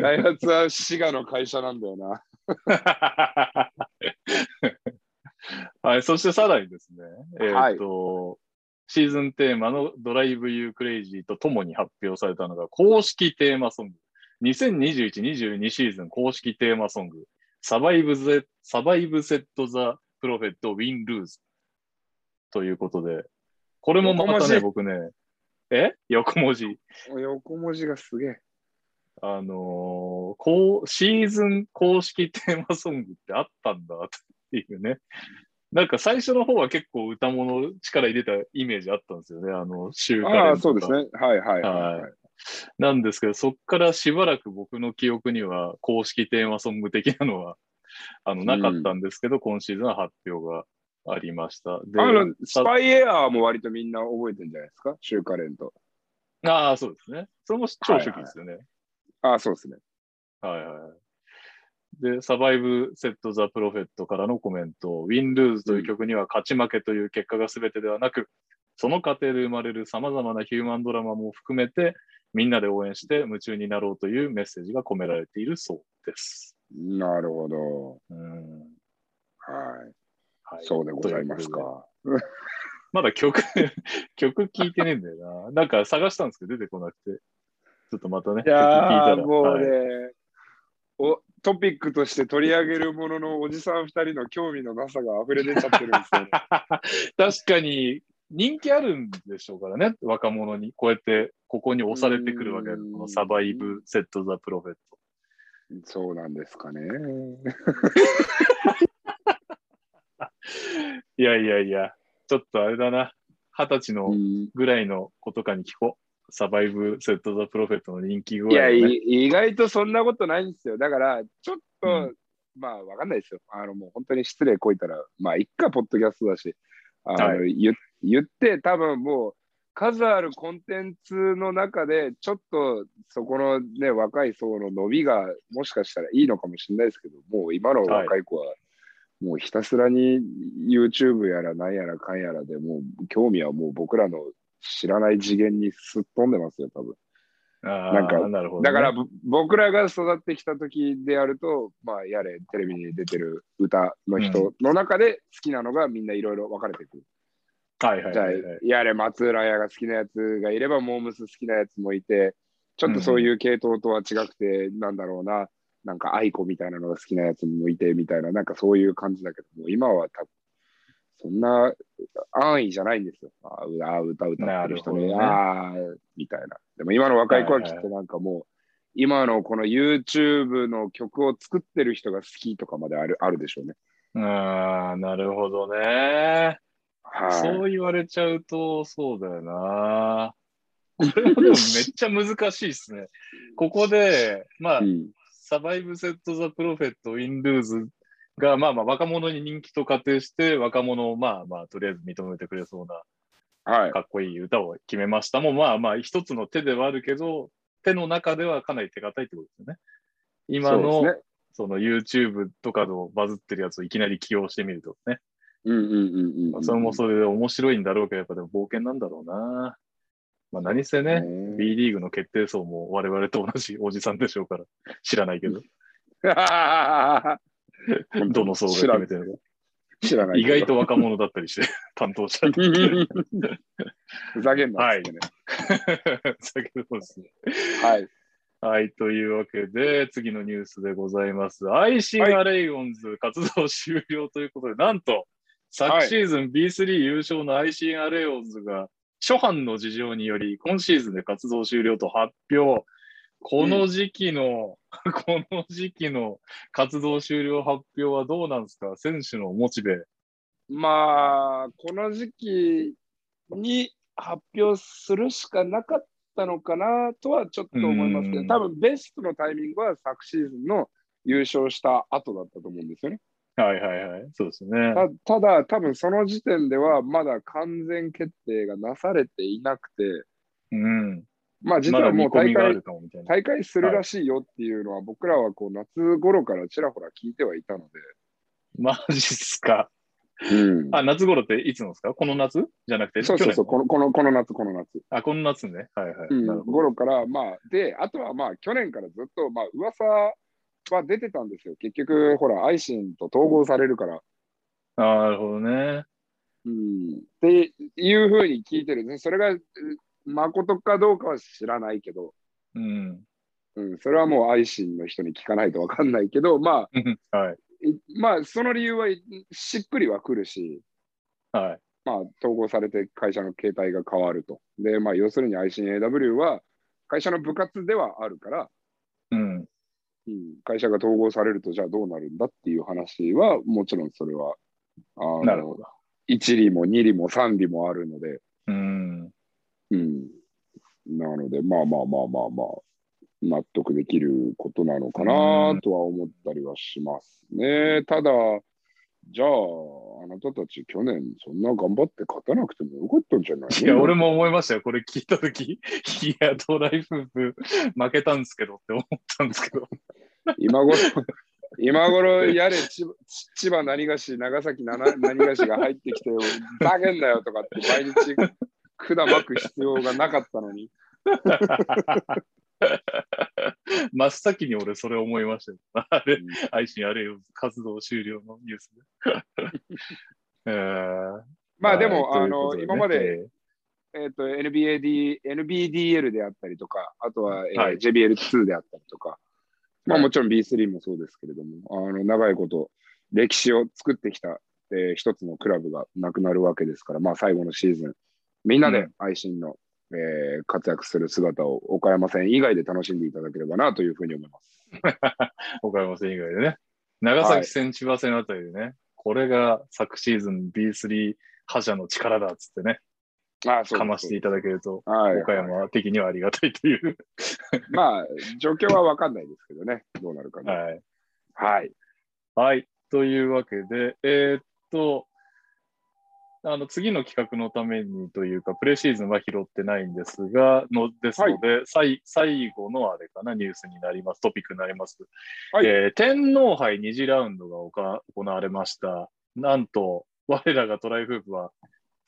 B: ダイハツは滋賀の会社なんだよな。
A: ら。 *laughs* はい、そしてさらにですね、え
B: は
A: ー
B: い
A: っと、シーズンテーマのドライブ・ユー・クレイジーとともに発表されたのが公式テーマソング。2021-22シーズン公式テーマソング、サバイブゼサバイブセット・ザ・プロフェット・ウィン・ルーズ。ということで、これもまたね、
B: 横
A: 僕ね、え横文字。
B: 横文字がすげえ。
A: あのーこう、シーズン公式テーマソングってあったんだっていうね。なんか最初の方は結構歌物力入れたイメージあったんですよね。あの、週刊
B: ああ、そうですね。はいはいはい、は。
A: はいなんですけど、そっからしばらく僕の記憶には公式テーマソング的なのはあのなかったんですけど、今シーズンは発表がありました。で
B: あの、ス
A: さ
B: パイエアーも割とみんな覚えてるんじゃないですか週カレント。
A: ああ、そうですね。それも超初期ですよね。
B: ああ、そうですね。
A: はいはいはい。で、サバイブ・セット・ザ・プロフェットからのコメント、ウィン・ルーズという曲には勝ち負けという結果が全てではなく、その過程で生まれる様々なヒューマンドラマも含めて、みんなで応援して夢中になろうというメッセージが込められているそうです。
B: なるほど。
A: うん。は
B: はい。
A: い。
B: そうでございます
A: とうことで
B: か。
A: まだ曲、 *laughs* 曲聞いてねえんだよな。なんか探したんですけど出てこなくて。ちょっとまたね、
B: いや
A: 曲聞いたら
B: ー、もうね、
A: はい
B: お、トピックとして取り上げるもののおじさん2人の興味のなさが溢れ出ちゃってるんですよね。
A: 確かに人気あるんでしょうからね、若者に。こうやってここに押されてくるわけだ
B: うん
A: このサバイブ・セット・ザ・プロフェット。
B: *laughs* そうなんです *laughs* かね。
A: いやいやいや、ちょっとあれだな、二十歳
B: う
A: の
B: ん
A: ぐらいの子とかに聞こう。サバイブ・セット・ザ・プロフェットの人気具合を
B: いや、
A: ね、
B: い意外とそんなことないんですよ。だから、ちょっと、
A: う
B: まあ、わかんないですよ。あの、もう本当に失礼こいたら、まあ、いっか、ポッドキャストだし、あの、
A: は
B: 言言って、多分もう、数あるコンテンツの中で、ちょっとそこのね、若い層の伸びが、もしかしたらいいのかもしれないですけど、もう今の若い子は、もうひたすらに YouTube やらなんやらかんやらでもう、興味はもう僕らの知らない次元にすっ飛んでますよ、多分。
A: あ
B: なん
A: ー
B: か
A: なるほどね、
B: だからぼ僕らが育ってきた時であると、まあ、やれテレビに出てる歌の人の中で好きなのがみんないろいろ分かれてくる。
A: はいはい
B: じゃあ
A: はいはい、
B: やれ松浦屋が好きなやつがいればモームス好きなやつもいてちょっとそういう系統とは違くて、なんだろうななんか愛子みたいなのが好きなやつもいてみたいななんかそういう感じだけどもう今は多分そんな安易じゃないんですよ。あうあ歌歌ってる人ね。
A: なるほどね
B: ああみたいな。でも今の若い子はきっ
A: はい
B: となんかもう今のこの YouTube の曲を作ってる人が好きとかまであるあるでしょうね。
A: あーなるほどね。
B: はい。
A: そう言われちゃうと、そうだよな。これはでもめっちゃ難しいですね。ここで、まあ、
B: うん
A: サバイブ・セット・ザ・プロフェット・ウィン・ルーズが、まあまあ、若者に人気と仮定して、若者をまあまあ、とりあえず認めてくれそうな、
B: はい。
A: かっこいい歌を決めましたもん、まあまあ、一つの手ではあるけど、手の中ではかなり手堅いってことですよね。今
B: そう
A: の
B: ですね
A: その YouTube とかのバズってるやつをいきなり起用してみるとかね。
B: うんうんうんうん。
A: それもそれで面白いんだろうけど、やっぱでも冒険なんだろうな。まあ何せね、
B: ね。
A: B リーグの決定層も我々と同じおじさんでしょうから、知らないけど、
B: *laughs*
A: どの層が決めてるのか。
B: 知らない。
A: 意外と。若者だったりして、 *laughs* 担当者だったり。
B: *laughs* ふざけんな。
A: はい
B: つってね
A: 先ほどですね。
B: はい。
A: はい、というわけで、次のニュースでございます。IC アレイオンズ活動終了ということで、なんと、昨シーズン B3 優勝の IC アレイオンズが、初版の事情により、今シーズンで活動終了と発表。この時期の、 *laughs* この時期の活動終了発表はどうなんですか選手のモチベ。
B: まあ、この時期に発表するしかなかったのかなとはちょっと思いますけ
A: う
B: ど、
A: ん
B: 多分ベストのタイミングは昨シーズンの優勝した後だったと思うんですよね。
A: はいはいはい。そうですね。
B: たただ、多分その時点ではまだ完全決定がなされていなくて、
A: うん。
B: まあ実
A: まだ
B: は
A: 見
B: もう
A: 込
B: 大
A: みがあ
B: 会
A: るかもみたいな。
B: 大会するらしいよっていうのは、僕らはこう夏頃からちらほら聞いてはいたの
A: マジっすか。
B: で、
A: あ、夏頃っていつのですかこの夏じゃなくて、
B: そうそうそう、
A: 去年
B: このこのこの夏、この夏、
A: のあ、この夏ね。はいはい。
B: うん
A: なるほど。
B: 頃から、まあ、で、あとはまあ、去年からずっと、まあ、噂は出てたんですよ。結局、ほら、アイシンと統合されるから、
A: あーなるほどね。
B: うん、っていうふうに聞いてるね。それが、う誠かどうかは知らないけど、
A: うん。 *laughs*
B: うん、それはもうアイシンの人に聞かないとわかんないけど、まあ、
A: はい。
B: いまあ、その理由はいしっくりはくるし、
A: はい。
B: まあ、統合されて会社の形態が変わると。で、まあ、要するに ICNAW は会社の部活ではあるから、
A: うん。
B: うん会社が統合されるとじゃあどうなるんだっていう話は、もちろんそれは、あの
A: なるほど。
B: 1理も2理も3理もあるので、 *laughs*
A: うん。
B: うん、なので、まあまあまあまあまあ、納得できることなのかなとは思ったりはしますね。ただ、じゃあ、あなたたち去年そんな頑張って勝たなくてもよかったんじゃないの
A: いや、俺も思いましたよ。これ聞いたとき、 *laughs* いや、ドライ夫婦負けたんですけどって思ったんですけど。 *laughs*
B: 今頃、今頃やれ千葉、千葉何がし、長崎なな何がしが入ってきて、バけんだよとかって毎日管巻く必要がなかった
A: *laughs*
B: のに。
A: 真っ先に俺それ思いましたよ。あ
B: う
A: れ、
B: ん
A: 愛心あれよ、活動終了のニュース
B: *laughs*
A: で。え *laughs* ー
B: まあで
A: は
B: も、
A: い
B: あの、
A: ということでね
B: 今まで、
A: え
B: えっと NBAD、NBDL であったりとか、あとは、えー
A: はい
B: JBL2 であったりとか、まあ
A: はい
B: もちろん B3 もそうですけれども、あの長いこと歴史を作ってきた、えー一つのクラブがなくなるわけですから、まあ最後のシーズン、みんな
A: う
B: で
A: ん
B: 愛心の、えー活躍する姿を岡山戦以外で楽しんでいただければなというふうに思います。
A: ー岡山戦以外でね。長崎戦、千葉戦あたりでね、これが昨シーズン B3 覇者の力だっつってね、
B: ああ、そうです
A: かましていただけると、
B: はい。
A: 岡山的にはありがたいと
B: *laughs*
A: いう。
B: まあ、状況は分かんないですけどね、どうなるかね。
A: はい
B: はい。
A: はい。というわけで、えーっと、あの次の企画のためにというか、プレシーズンは拾ってないんですが、のですので、さい最後のあれかな、ニュースになります、トピックになります。
B: はい
A: えー天皇杯2次ラウンドがおか行われました。なんと、我らがトライフープは、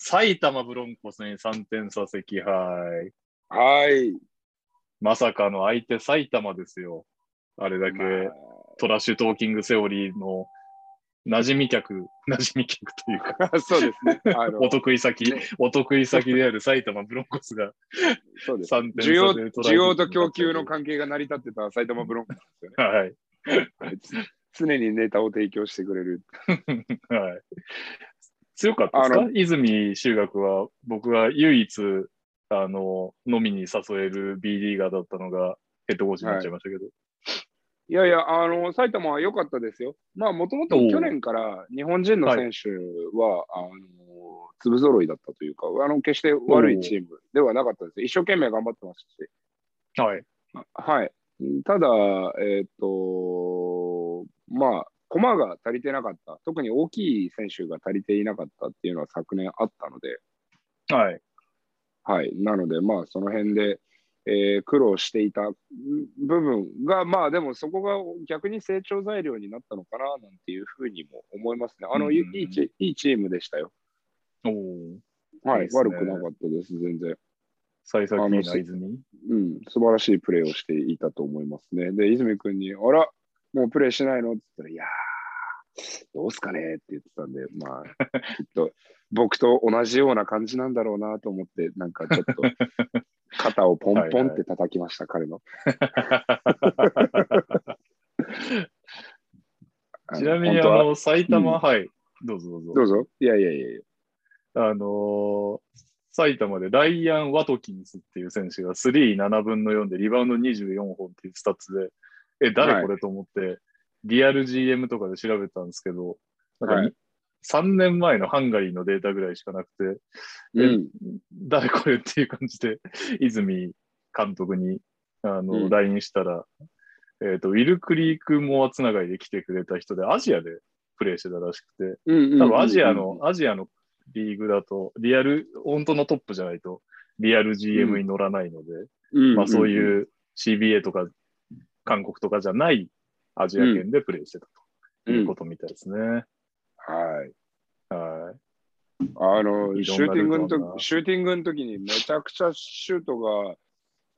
A: 埼玉ブロンコスに3点差席敗。
B: はい。
A: まさかの相手埼玉ですよ。あれだけ。
B: まあ
A: トラッシュトーキングセオリーの馴染み客、馴染み客というか、
B: *laughs* そうですね。あの
A: *laughs* お得意先
B: ね、
A: お得意先である埼玉ブロンコスが
B: そうです。
A: 3点差
B: 需要
A: でトライ。
B: 需要と供給の関係が成り立ってた埼玉ブロンコスですよね
A: はい。
B: あいつ常にネタを提供してくれる。
A: はい。強かったです
B: あ
A: か泉修学は、僕が唯一、あの、飲みに誘える B リーガーだったのが、ヘッドコーチになっちゃいましたけど。
B: いやいや、あの、埼玉は良かったですよ。まあ、もともと
A: おう
B: 去年から日本人の選手は、あの、粒揃いだったというか、あの、決して悪いチームではなかったです。一生懸命頑張ってましたし。
A: はい。
B: あはい。ただ、えっ、と、まあ、駒が足りてなかった。特に大きい選手が足りていなかったっていうのは昨年あったので、
A: はい。
B: はい。なので、まあ、その辺で、えー苦労していたん部分が、まあでもそこが逆に成長材料になったのかななんていうふうにも思いますね。あの、
A: うん
B: いいいチいいチームでしたよ。
A: おお。
B: はい
A: いですね
B: 悪くなかったです、全然。
A: 幸先いいな、
B: あの
A: 泉。
B: うん、素晴らしいプレーをしていたと思いますね。で、泉君に、あら、もうプレーしないのって言ったら、いやー、どうすかねって言ってたんで、
A: *laughs*
B: まあ、きっと、僕と同じような感じなんだろうなと思って、なんか
A: *laughs*
B: ちょっと、肩をポンポンって叩きました、彼の。 *laughs*
A: ちなみに、あ
B: 本当は
A: の、埼玉、
B: う
A: はい。どうぞどうぞ。
B: どうぞ。いやいやいやいや。
A: あのー埼玉でライアン・ワトキンスっていう選手が37分の4でリバウンド24本っていうスタッツで、え、
B: は
A: 誰
B: い
A: これと思って、リアル GM とかで調べたんですけど、なんかに、
B: はい
A: 3年前のハンガリーのデータぐらいしかなくて、え
B: うん。
A: 誰これっていう感じで、 *laughs* 泉監督に、あ
B: う
A: の、
B: ん
A: LINE したら、えっと、ウィル・クリーク・モアつながりで来てくれた人で、アジアでプレーしてたらしくて、
B: うんうん
A: 多分アジアの、、アジアのリーグだと、リアル、本当のトップじゃないと、リアル GM に乗らないので、
B: うん
A: まあそう
B: うん。
A: いう CBA とか、韓国とかじゃないアジア圏でプレーしてたということみたいですね。
B: はい。
A: はい。
B: あ
A: いろ
B: の、
A: んな
B: シューティングの
A: ルートあるな
B: 時、シューティングの時にめちゃくちゃシュートが、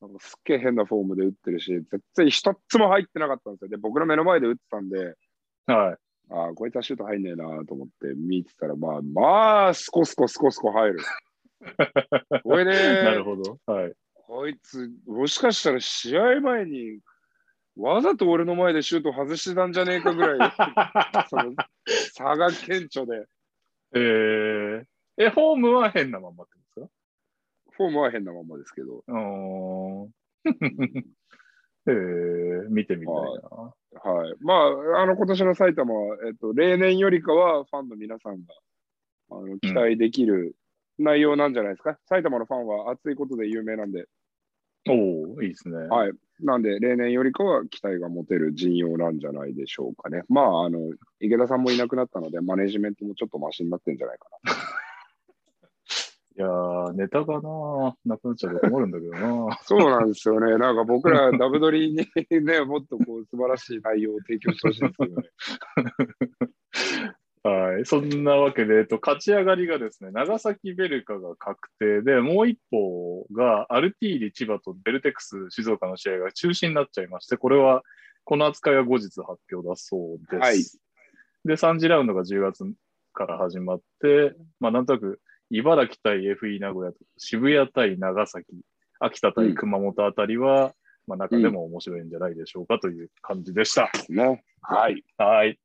B: なんかすっげえ変なフォームで打ってるし、絶対一つも入ってなかったんですよ。で、僕の目の前で打ってたんで、
A: はい。
B: ああ、こいつはシュート入んねえなと思って見てたら、まあ、まあ、スコスコスコス
A: *laughs*
B: コ入る。これ
A: な
B: で
A: る、ほど。はい。
B: こいつ、もしかしたら試合前に、わざと俺の前でシュート外してたんじゃねえかぐらい、そ
A: *laughs*
B: の差が顕著で、
A: えー、え、ホームは変なまんまってことです
B: フォームは変なまんまですけど、
A: かうーん。 *laughs* えー、見てみたいな。
B: はい。まあ、あの、今年の埼玉は、えっと、例年よりかは、ファンの皆さんが、あの、期待できる内容なんじゃないですか。埼玉のファンは熱いことで有名なんで、
A: おおいいですね。い。
B: はい。なんで、例年よりかは期待が持てる陣容なんじゃないでしょうかね。まあ、あの、池田さんもいなくなったので、マネジメントもちょっとマシになってんじゃないか
A: いやー、ネタがな、なくなっちゃうと困るんだけどな。
B: な。そうなんですよね。なんか僕 *laughs* ら、ダブドリにね、もっとこう、素晴らしい内容を提供してほしいんですけどね。
A: はい、そんなわけで、えっと、勝ち上がりがですね、長崎ベルカが確定で、もう一方がアルティーリ千葉とベルテックス静岡の試合が中止になっちゃいまして、これは、この扱いは後日発表だそうです。
B: はい
A: で、3次ラウンドが10月から始まって、まあ、なんとなく、茨城対 FE 名古屋と、渋谷対長崎、秋田対熊本あたりは、まあ、中でも面白いんじゃないでしょうかという感じでした。
B: *laughs* ね。はい。
A: はい。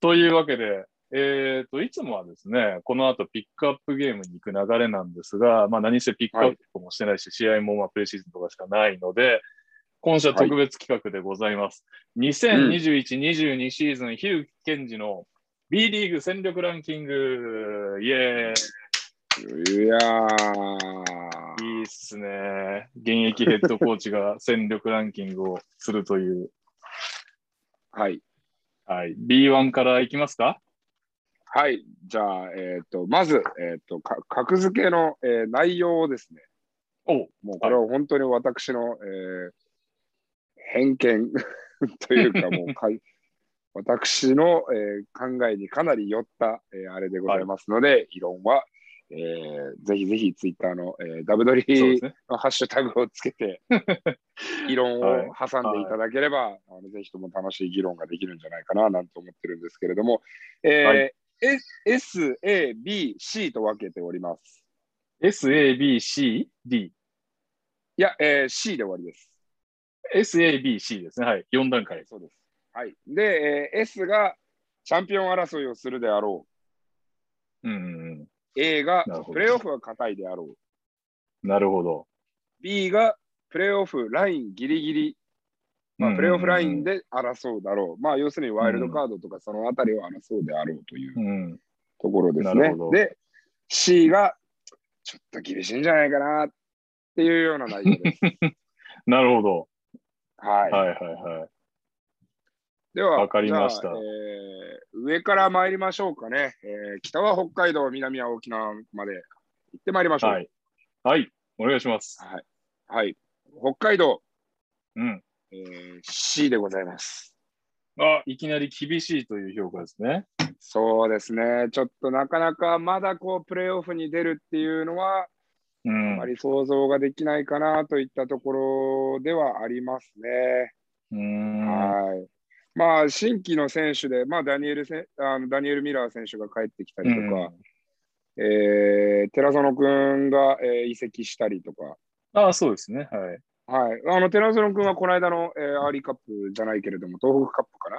A: というわけで、えっ、と、いつもはですね、この後ピックアップゲームに行く流れなんですが、まあ何せピックアップもしてないし、試合もまあプレシーズンとかしかないので、今週は特別企画でございます。2021-22シーズン、ヒュー健二の B リーグ戦力ランキング、イエーイ
B: いやー。
A: いいっすね。現役ヘッドコーチが戦力ランキングをするという。
B: はい。
A: はい。B1 からいきますか
B: はい。じゃあ、えっ、と、まず、えっ、と、か格付けの、えー内容をですね、
A: おう
B: もうこれは本当に私の、えー偏見 *laughs* とい
A: *laughs*
B: うか、もうかい、私の、えー考えにかなり寄った、えーあれでございますので、異論は、えーぜひぜひツイッターの、えーダブドリ
A: そうですね。
B: のハッシュタグをつけ
A: *laughs*
B: て、議論を
A: はい
B: 挟んでいただければ、あのぜひとも楽しい議論ができるんじゃないかななんて思ってるんですけれども、えー
A: は
B: S、A、B、C と分けております。
A: S, A, B, C, D。
B: いや、えー C で終わりです。
A: S, A, B, C ですね。はい。4段階。
B: そうです。はい。で、えー S がチャンピオン争いをするであろ
A: うんうん
B: う。A が
A: なるほど
B: プレーオフは硬いであろう。
A: うん。なるほど。
B: B がプレーオフラインギリギリまあ、プレーオフラインで争うだろう。まあ、要するにワイルドカードとかそのあたりを争うであろうという
A: うんうんうん。
B: ところです
A: なる
B: ね
A: ほど。
B: で、C がちょっと厳しいんじゃないかなっていうような内容
A: *laughs*
B: です。
A: なるほど。
B: はい。
A: はいはいはい。
B: では、
A: わかりました
B: じゃあえー上から参りましょうかね、えー北は北海道、南は沖縄まで行ってまいりましょう。
A: はい。はい。お願いします。
B: はい。はい。北海道、
A: うん。
B: えー C でございます。
A: あ、いきなり厳しいという評価ですね。
B: そうですね。ちょっとなかなかまだこうプレーオフに出るっていうのは、
A: う
B: あ
A: ん
B: ま。り想像ができないかなといったところではありますね。
A: うん。
B: はい。まあ、新規の選手で、まあ、ダニエルせあのダニエル・ミラー選手が帰ってきたりとか、えー寺園君が、えー移籍したりとか、
A: あ、そうですね。はい。
B: はい、あの寺園君はこの間の、えーアーリーカップじゃないけれども、東北カップかな。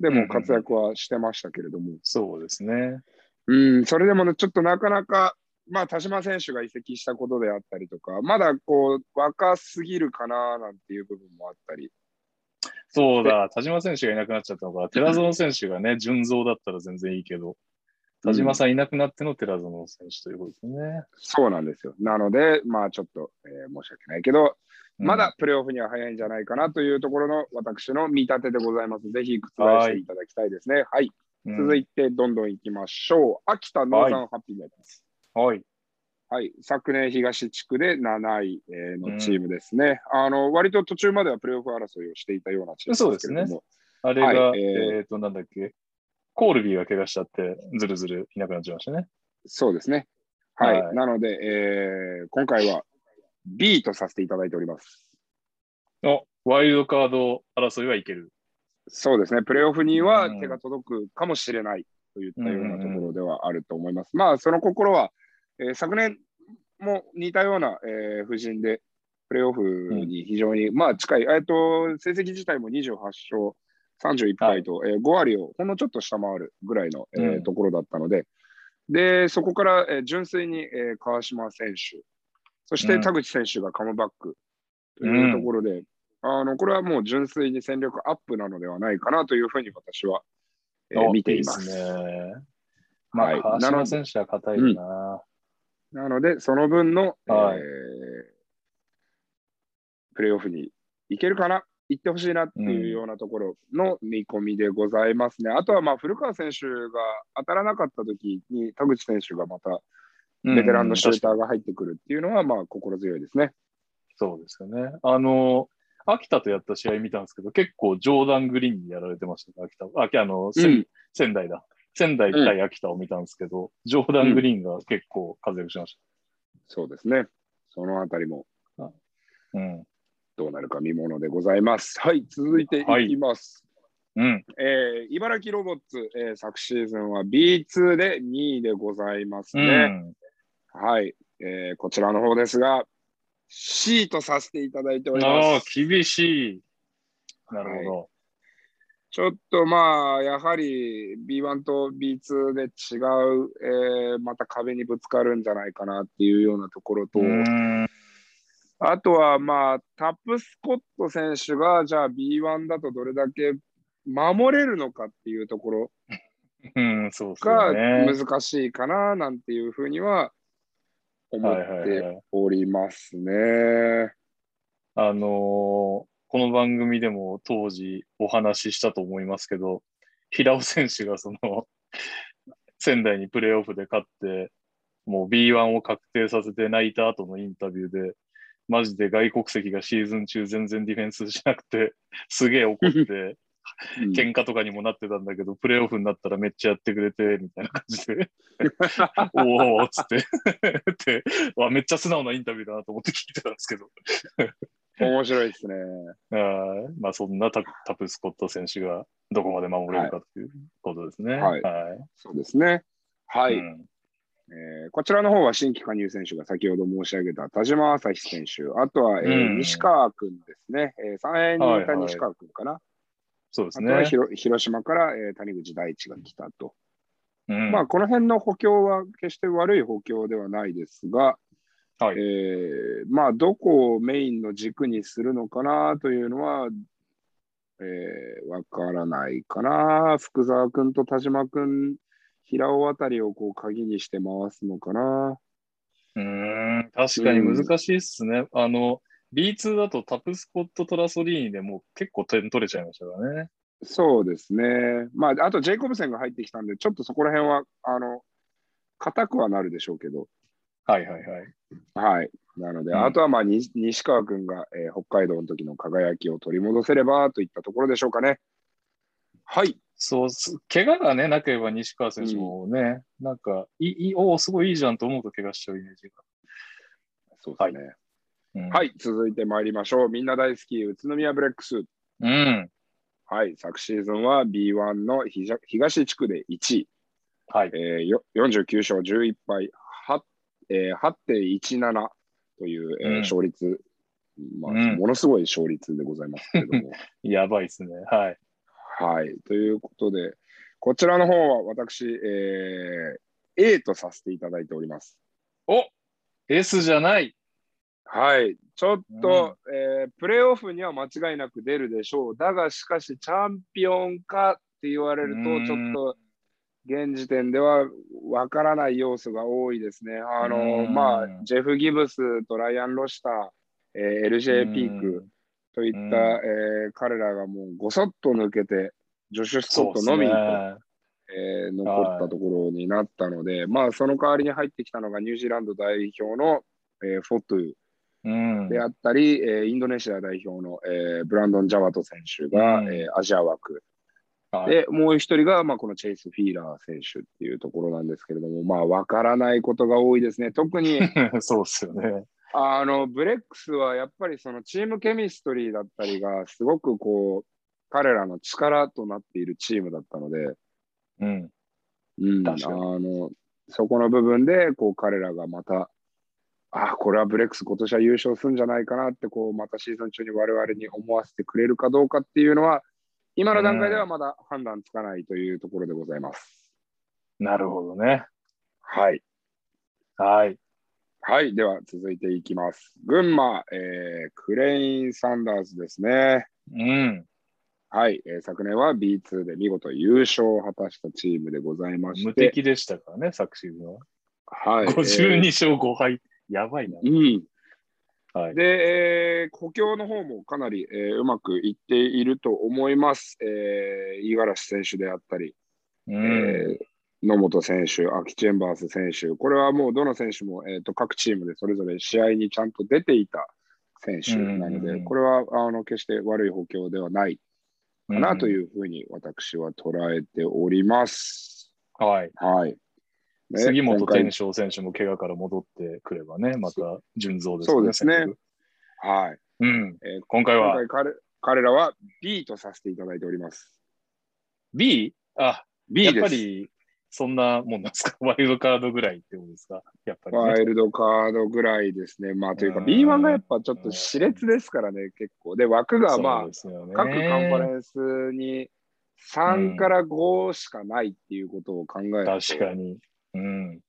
B: で
A: うんう
B: も
A: ん
B: 活躍はしてましたけれども、
A: そうですね。
B: うん、それでもね、ちょっとなかなか、まあ、田島選手が移籍したことであったりとか、まだこう若すぎるかななんていう部分もあったり、
A: そうだ、田島選手がいなくなっちゃったのか、寺園選手がね、純増だったら全然いいけど、田島さんいなくなっての寺園選手ということですね。
B: そうなんですよ。なので、まあ、ちょっと、えー申し訳ないけど、
A: うん
B: まだプレーオフには早いんじゃないかなというところの私の見立てでございます。ぜひ覆していただきたいですね。はい。
A: うん
B: 続いて、どんどん行きましょう。秋田農産ハッピーネットです。
A: はい。
B: はい。昨年東地区で7位えーのチームですね。あの、割と途中まではプレーオフ争いをしていたようなチームですけれども。
A: あれが、
B: はいえー
A: えっ、と、なんだっけ、コールビーが怪我しちゃって、ずるずるいなくなっちゃいましたね。
B: そうですね。はい。
A: はい
B: なので、えー今回は B とさせていただいております。
A: お、ワイルドカード争いはいける。
B: そうですね、プレーオフには
A: うん
B: 手が届くかもしれないといったようなところではあると思います。まあ、その心は、えー昨年も似たような、えー布陣で、プレーオフに非常に、まあ、近い、えーと、成績自体も28勝31敗と、えー5割をほんのちょっと下回るぐらいの、えー
A: うん
B: ところだったので、でそこから、えー純粋に、えー川島選手、そし
A: う
B: て
A: ん
B: 田口選手がカムバックというところで、あのこれはもう純粋に戦力アップなのではないかなというふうに私は、えー
A: お
B: 見ています。
A: いですね。まあ、
B: はい
A: 川島選手は硬いよな。
B: なので、その分の、
A: はい
B: えープレーオフに行けるかな、行ってほしいなっていうようなところの見込みでございますね。あとは、まあ、古川選手が当たらなかった時に田口選手がまた
A: うん
B: ベテランのシュー
A: 確か
B: ターが入ってくるっていうのは、まあ、心強いですね。
A: にそうですよね。あの、秋田とやった試合見たんですけど、結構ジョーダングリーンにやられてましたね、秋田。あ、きあの、せん
B: うん
A: 仙台だ。仙台対秋田を見たんですけど、ジョーダングリーンが結構活躍しまし
B: そうですね。そのあたりも
A: た。うん。
B: どうなるか見ものでございます。はい、続いていきます。
A: うん。
B: えー茨城ロボッツ、えー昨シーズンは B2 で2位でございます
A: う
B: ね。
A: ん。
B: はい、えーこちらの方ですが、C とさせていただいており
A: あ
B: ま
A: あ
B: す。、
A: 厳しい。なるほど。
B: ちょっとまあ、やはり B1 と B2 で違う、えーまた壁にぶつかるんじゃないかなっていうようなところと、
A: うん
B: あとはまあ、タップスコット選手が、じゃあ B1 だとどれだけ守れるのかっていうところ。
A: うん、そうです
B: が
A: よね。
B: 難しいかななんていうふうには思っ
A: はいはいは
B: て
A: い
B: おりますね。
A: あのーこの番組でも当時お話ししたと思いますけど、平尾選手がその *laughs* 仙台にプレーオフで勝って、もう B1 を確定させて泣いた後のインタビューで、マジで外国籍がシーズン中全然ディフェンスしなくて、すげえ怒って、
B: うん
A: 喧嘩とかにもなってたんだけど、プレーオフになったらめっちゃやってくれて、みたいな感じ
B: *laughs*
A: で、おおっつって *laughs* ってわ、めっちゃ素直なインタビューだなと思って聞いてたんですけど。
B: 面白いですね。
A: あーまあ、そんなタタプスコット選手がどこまで守れるかということですね。
B: はいそうですね。はい、
A: うん
B: えーこちらの方は新規加入選手が先ほど申し上げた田島朝日選手、あとは、えー
A: うん
B: 西川君ですね。えー、3円にいた西川君かな。
A: そうです
B: あとは
A: ね。
B: 広広島から、えー谷口大地が来たと。
A: うん
B: まあ、この辺の補強は決して悪い補強ではないですが、
A: はい
B: えーまあ、どこをメインの軸にするのかなというのは、えーわからないかな。福澤君と田島君、平尾あたりをこう鍵にして回すのかな。
A: うーん確かに難しいっすね。あの、B2 だとタプスコット・トラソリーニでもう結構点取れちゃいましたからね。
B: そうですね。まあ、あとジェイコブセンが入ってきたんで、ちょっとそこら辺は、あの、硬くはなるでしょうけど、
A: はいはいはい。
B: はい。なので、
A: うん
B: あとはまあに西川君が、えー北海道の時の輝きを取り戻せればといったところでしょうかね。はい。
A: そうす、怪我がね、なければ西川選手もね、なんか、いいい、おお、すごいいいじゃんと思うと怪我しちゃうイメージ
B: そうですね。
A: が。うん、
B: はい、。続いて参りましょう。みんな大好き、宇都宮ブレックス。
A: うん。
B: はい、昨シーズンは B1 のひじゃ東地区で1位。
A: はい。
B: えー、よ49勝11敗、はえー8.17という、えー
A: うん
B: 勝率、まあ
A: うん
B: ものすごい勝率でございますけれども。
A: やばいですね。はい。
B: はい、ということで、こちらの方は私、えー A とさせていただいております。
A: お S じゃない。
B: はい、ちょっと、えープレーオフには間違いなく出るでしょう。だが、しかし、チャンピオンかって言われる
A: うん
B: と、ちょっと、現時点ではわからない要素が多いですね。あの
A: うん
B: まあ、ジェフ・ギブスとライアン・ロシター、えー LJ ・ピークといった、
A: うん
B: えー彼らがもうごそっと抜けて、ジョシュ・スコットのみ
A: そうっ
B: と
A: すね
B: えー残ったところになったので、まあその代わりに入ってきたのがニュージーランド代表の、えーフォトゥ
A: うん。
B: であったり、えーインドネシア代表の、えーブランドン・ジャワト選手が、
A: うん
B: えーアジア枠、
A: はい
B: でもう一人が、まあ、このチェイス・フィーラー選手っていうところなんですけれども、まあ分からないことが多いですね、
A: *laughs*
B: 特に
A: そうっすよね。
B: あのブレックスはやっぱりそのチームケミストリーだったりが、すごくこう彼らの力となっているチームだったので。
A: うん。
B: うん、あ
A: 確かに
B: のそこの部分でこう彼らがまた、あこれはブレックス、今年は優勝するんじゃないかなってこう、またシーズン中に我々に思わせてくれるかどうかっていうのは、今の段階ではまだ判断つかないというところでございます。
A: なるほどね。
B: はい、
A: はい。
B: はい、では続いていきます。群馬、えークレイン・サンダースですね。
A: うん。
B: はい、えー昨年は B2 で見事優勝を果たしたチームでございまし
A: 無
B: て、
A: 敵でしたからね、昨シーズンは。
B: はい、えー
A: 52勝5敗。やばいな。
B: うん。
A: はい
B: で、えー補強の方もかなり、えーうまくいっていると思います。えー、五十嵐選手であったり、
A: う
B: え
A: ん。
B: ー野本選手、秋チェンバース選手、これはもうどの選手も、えー、と各チームでそれぞれ試合にちゃんと出ていた選手なの
A: うんうんうん
B: で、これはあの決して悪い補強ではない
A: か
B: かなというふうに私は捉えております。
A: うん。はい。
B: はい。ね
A: 杉本
B: 今回
A: 天翔選手も怪我から戻ってくればね、また順増ですね。
B: そうですね
A: 戦力。
B: はい。
A: うん。
B: えー
A: 今回
B: 今
A: は
B: 回彼彼らは B とさせていただいております。
A: B? あ、
B: B
A: や
B: で
A: っぱ
B: す。
A: りそんなもんなんですか *laughs* ワイルドカードぐらいってことですかやっぱりね、
B: ワイルドカードぐらいですね。まあというか
A: うん
B: B1 がやっぱちょっと熾烈ですからね、結構。で、枠がまあ
A: そう、ですよね
B: 各カンファレンスに3から5しかないっていうことを考えると、
A: 確かに。うん。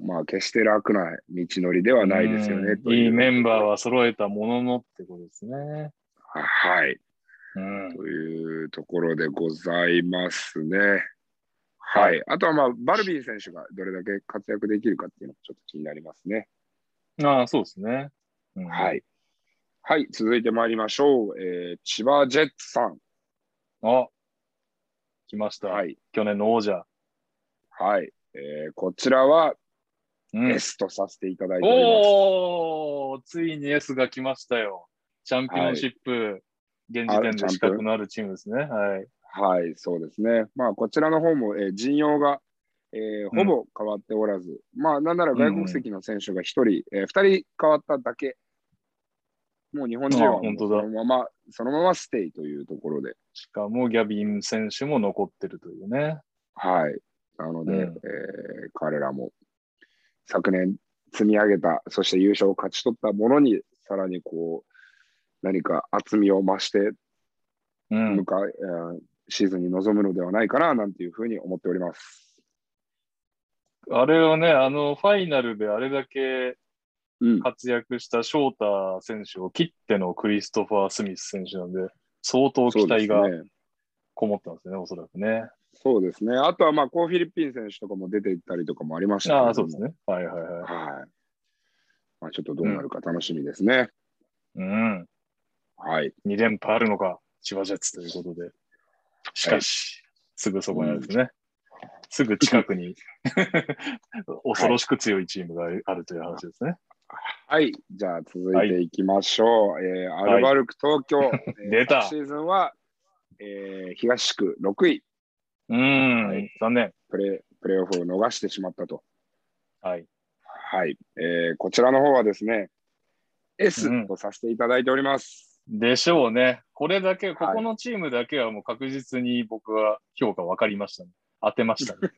B: まあ決して楽な道のりではないですよね。
A: うんいいメンバー
B: は。
A: は揃えたもののってことですね。
B: はい。
A: うん。
B: というところでございますね。はい。あとはまあ、バルビー選手がどれだけ活躍できるかっていうのもちょっと気になりますね。
A: ああ、そうですね。うん
B: は。い。はい、続いて参りましょう。えー千葉ジェッツさん。
A: あ来ました、
B: はい。
A: 去年の王者。
B: はい。えーこちらは
A: うん、
B: S とさせていただいております。
A: おーついに S が来ましたよ。チャンピオンシップ、現時点で資格のあるチームですね。はい。
B: はい、そうですね。まあ、こちらの方も、えー陣容が、えーほぼ変わっておらず、まあ、なんなら外国籍の選手が1人、えー2人変わっただけ。もう日本人
A: あ
B: はも
A: 本
B: う
A: 当
B: そ
A: だ
B: のまま、そのままステイというところで、
A: しかもギャビン選手も残ってるというね。
B: はい。なので、
A: うん
B: えー彼らも昨年積み上げた、そして優勝を勝ち取ったものに、さらにこう、何か厚みを増して
A: うん
B: 向。か、えーシーズンに臨むのではないかな、なんていうふうに思っております。
A: あれはね、あの、ファイナルであれだけ
B: うん。
A: 活躍した翔太選手を切ってのクリストファー・スミス選手なんで、相当期待
B: そ
A: が
B: うですね
A: こもったんですね、おそらくね。
B: そうですね。あとは、まあ、コー・フィリピン選手とかも出ていったりとかもありましたけれども
A: ああ、そうです。ね。はいはいはい。
B: はい。まあ、ちょっとどうなるか楽しみですね。
A: うん。
B: はい。
A: 2連覇あるのか、千葉ジェッツということで。しかし、すぐそこにあるんですね。すぐ近くに恐ろしく強いチームがあるという話ですね。
B: はい。じゃあ続いていきましょう。えーアルバルク東
A: *laughs*
B: 京。えー
A: 出た
B: 昨シーズンは、えー東区6位
A: うーん、
B: はい
A: 残念。
B: プレ、プレーオフを逃してしまったと。
A: はい。
B: はい。えーこちらの方はですね、
A: う
B: S
A: ん
B: とさせていただいております。
A: でしょうね。これだけ、
B: はい
A: ここのチームだけはもう確実に僕は評価分かりましたね。当てましたね。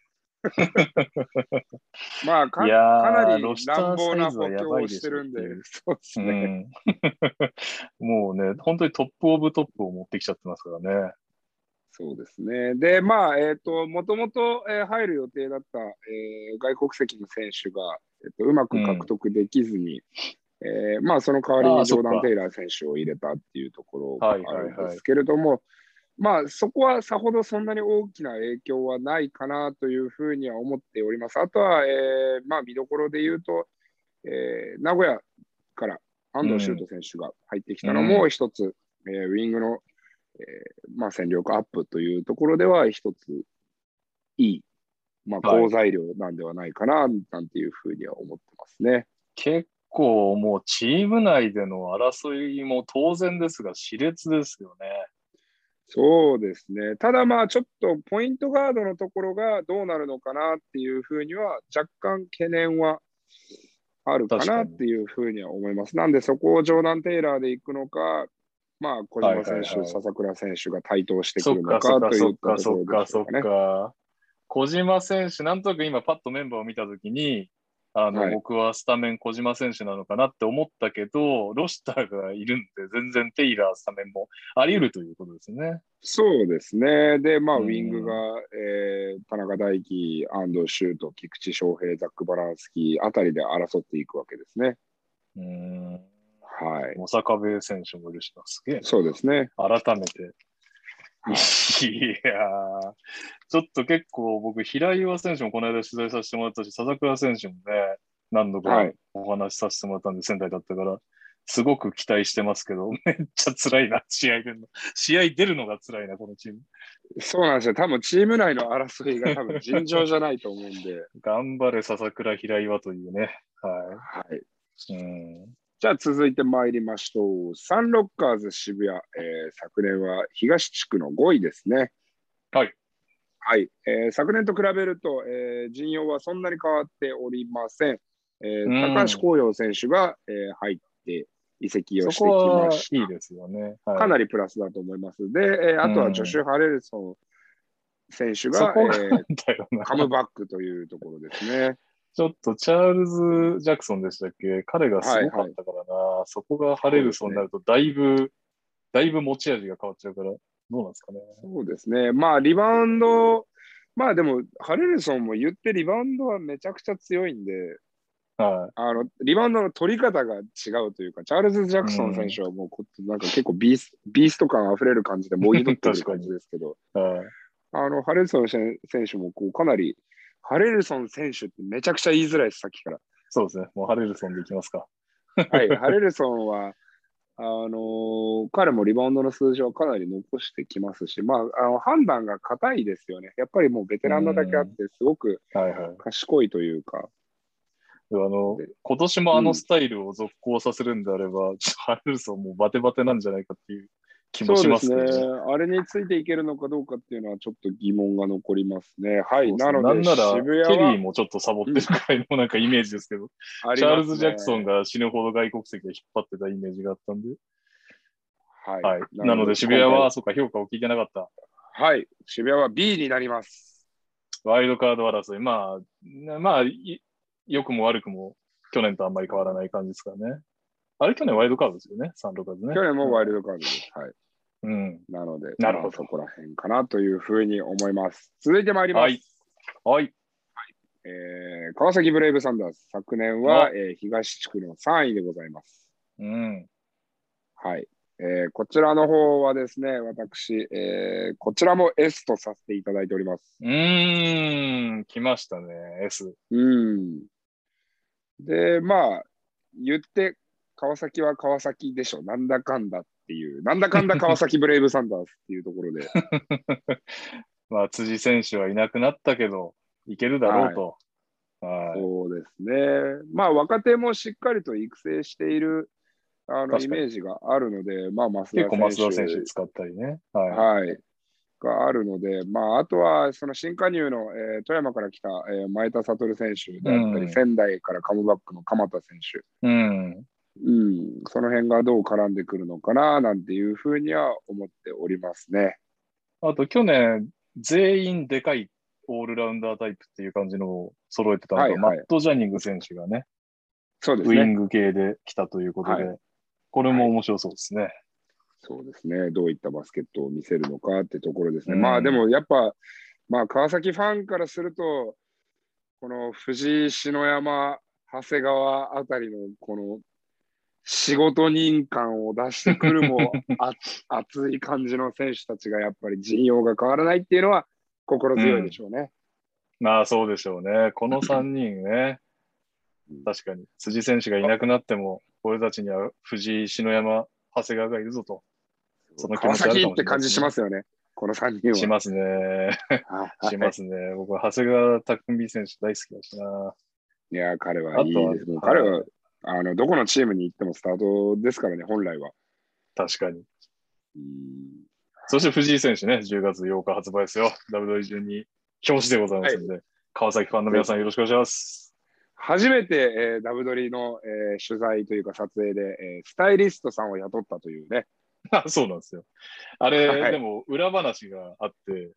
B: まあか、
A: いやー
B: かなり
A: ロスター
B: 乱暴
A: サ
B: な補
A: イズはや
B: 強
A: ばい
B: を
A: で
B: し
A: す
B: て
A: よ
B: るんで、そうです
A: う
B: ね。
A: ん、 *laughs* もうね、本当にトップオブトップを持ってきちゃってますからね。
B: そうですね。で、まあ、えっ、と、もともと、えー入る予定だった、えー外国籍の選手が、えっとうまく獲得できずに、えーまあ、その代わり
A: あ
B: に
A: ー
B: ジョー
A: そ
B: ダ
A: っ
B: ン・
A: か
B: テイラー選手を入れたっていうところがあ
A: はいはいはい
B: るんですけれども、まあ、そこはさほどそんなに大きな影響はないかなというふうには思っております。あとは、えーまあ、見どころで言うと、えー名古屋から安藤修斗選手が入ってきたのも一つ、えーウィングの、えーまあ、戦力アップというところでは一ついい、まあ、
A: はい
B: 好材料なんではないかな、なんていうふうには思ってますね。
A: 結構もうチーム内での争いも当然ですが、熾烈ですよね。
B: そうですね。ただまあちょっとポイントガードのところがどうなるのかなっていうふうには若干懸念はあるか
A: 確か
B: なっ
A: に
B: ていうふうには思います。なんでそこをジョーダン・テイラーで行くのか、まあ小島選手、
A: はいはいはい
B: 笹倉選手が対等してく
A: そっ
B: るの
A: かそ
B: か
A: っか
B: とい
A: そっ
B: うところ
A: か
B: でし
A: そ
B: ょ
A: っ
B: うか
A: かそっか。
B: ね。
A: 小島選手、なんとなく今パッとメンバーを見たときに、あの、
B: はい
A: 僕はスタメン小島選手なのかなって思ったけど、ロスターがいるんで、全然テイラースタメンもあり得るということですね。
B: そうですね。で、まあ、
A: う
B: ウ
A: ん
B: ィングが、えー田中大輝、安藤修斗、菊池翔平、ザック・バランスキーあたりで争っていくわけですね。
A: うーん。
B: はい。
A: 小坂部選手もいるしな、すげえな。
B: そうですね。
A: 改めて。い
B: はい
A: やー、ちょっと結構僕、平岩選手もこの間取材させてもらったし、笹倉選手もね、何度
B: は
A: か
B: い
A: お話しさせてもらったんで、仙台だったから、すごく期待してますけど、 *laughs* めっちゃ辛いな、試合出るの。試合出るのが辛いな、このチーム。
B: そうなんですよ。多分チーム内の争いが多分尋常じゃないと思うんで。 *laughs*
A: 頑張れ、笹倉、平岩というね。は
B: はい。
A: い。うん。
B: じゃあ続いて参りましょう。サンロッカーズ渋谷、えー昨年は東地区の5位ですね。
A: はい。
B: はい。えー昨年と比べると、えー陣容はそんなに変わっておりません。えー
A: うん
B: 高橋光陽選手が、えー入って移籍をし
A: そ
B: てき
A: こは
B: ました。
A: いいですよね。はい、
B: かなりプラスだと思います。で、えーあと
A: う
B: は
A: ん
B: ジョシュ・ハレルソン選手
A: そ
B: が、
A: こが
B: えー
A: だよな
B: カムバックというところですね。
A: ちょっとチャールズ・ジャクソンでしたっけ彼がすごかったからな、そこがハレルソンになると、だいぶ、だいぶ持ち味が変わっちゃうから、どうなんですかね。
B: そうですね。まあ、リバウンド、まあでも、ハレルソンも言ってリバウンドはめちゃくちゃ強いんで、
A: はい。
B: あの、リバウンドの取り方が違うというか、チャールズ・ジャクソン選手はもうこ、なんか結構ビースビースト感あふれる感じでもぎ取ってる
A: 確か
B: 感
A: に
B: じですけど、
A: はい、
B: あの、ハレルソン選手もこうかなり、ハレルソン選手ってめちゃくちゃ言いづらいです、さっきから。
A: そうですね。もうハレルソンでいきますか。
B: はい、
A: *laughs*
B: ハレルソンは、あのー彼もリバウンドの数字をかなり残してきますし、まあ、あの判断が硬いですよね。やっぱりもうベテランなだけあって、すごく
A: はいはい。
B: 賢いというか、
A: あの、今年もあのスタイルを続行させるんであれば、ちょっとハレルソンもうバテバテなんじゃないかっていう気もしますけ
B: そ
A: ど
B: うです
A: ね。
B: ね。あれについていけるのかどうかっていうのはちょっと疑問が残りますね。はい。なの
A: なん
B: で、
A: なら、ケ
B: 渋
A: リ
B: 谷は
A: ーもちょっとサボってるくらいのなんかイメージですけど、
B: あり
A: チ
B: ますね
A: ャールズ・ジャクソンが死ぬほど外国籍を引っ張ってたイメージがあったんで、
B: はい。
A: はい。なので渋谷は、、そうか、評価を聞いてなかった。
B: はい。渋谷は B になります。
A: ワイルドカード争い。まあ、ねまあ、い良くも悪くも、去年とあんまり変わらない感じですからね。あれ、去年ワイルドカードですよね、3、6月ね。
B: 去年もワイルドカードです。はい。
A: うん。
B: なので、
A: なるほど
B: まあそこら辺かなというふうに思います。続いてまいります。
A: はいはい。
B: えー川崎ブレイブサンダース、昨年は
A: あ、
B: えー東地区の3位でございます。
A: うん。
B: はい。えーこちらの方はですね、私、えーこちらも S とさせていただいております。
A: うーん。来ましたね、S。 *laughs*
B: うん。で、まあ、言って、川崎は川崎でしょ。なんだかんだっていう、なんだかんだ川崎ブレイブサンダースっていうところで、
A: まあ、辻選手はいなくなったけど、いけるだろうと。 *laughs* はい。
B: そうですね。まあ、若手もしっかりと育成しているあ
A: 確
B: の
A: かに
B: イメージがあるので、まあ、増
A: 結構
B: 田
A: 増田
B: 選手
A: 選手使ったりね。は
B: はい、があるので、まあ、あとはその新加入の、えー富山から来た、えー前田悟選手であった
A: う
B: り、
A: ん
B: 仙台からカムバックの鎌田選手、
A: い。うん。
B: うん、その辺がどう絡んでくるのかななんていうふうには思っておりますね。
A: あと去年、全員でかいオールラウンダータイプっていう感じのを揃えてたのが、
B: はいはい
A: マット・ジャニング選手がね、
B: そうです
A: ウイ
B: ね。
A: ング系で来たということで、
B: は
A: これも面白そうですね。
B: そうですね。どういったバスケットを見せるのかってところですね。
A: うん
B: まあでもやっぱ、まあ川崎ファンからすると、この藤井、篠山、長谷川あたりのこの仕事人感を出してくるもあ熱い感じの選手たちがやっぱり陣容が変わらないっていうのは心強いでしょうね。
A: まあそうでしょうね。この3人ね
B: うん、
A: 確かに辻選手がいなくなっても、俺たちには藤井、篠山、長谷川がいるぞと、その気
B: 川
A: 持ちあるかもし
B: 崎
A: れない
B: って感じしますよね。この3人は。
A: しますね。
B: はい
A: しますね。僕は長谷川匠選手大好きだしな。
B: いや、彼はいい
A: あとは
B: です。もう彼は、あの、どこのチームに行ってもスタートですからね、本来は。
A: 確かに。
B: うん
A: そして藤井選手ね、10月8日発売ですよ。w 1 2表紙でございますので、川崎ファンの皆さんよろしくお願いします。
B: 初めて、えーダブドリの、えー取材というか撮影で、えースタイリストさんを雇ったというね。
A: あそうなんですよ。 *laughs* あれ、
B: はい
A: でも裏話があって、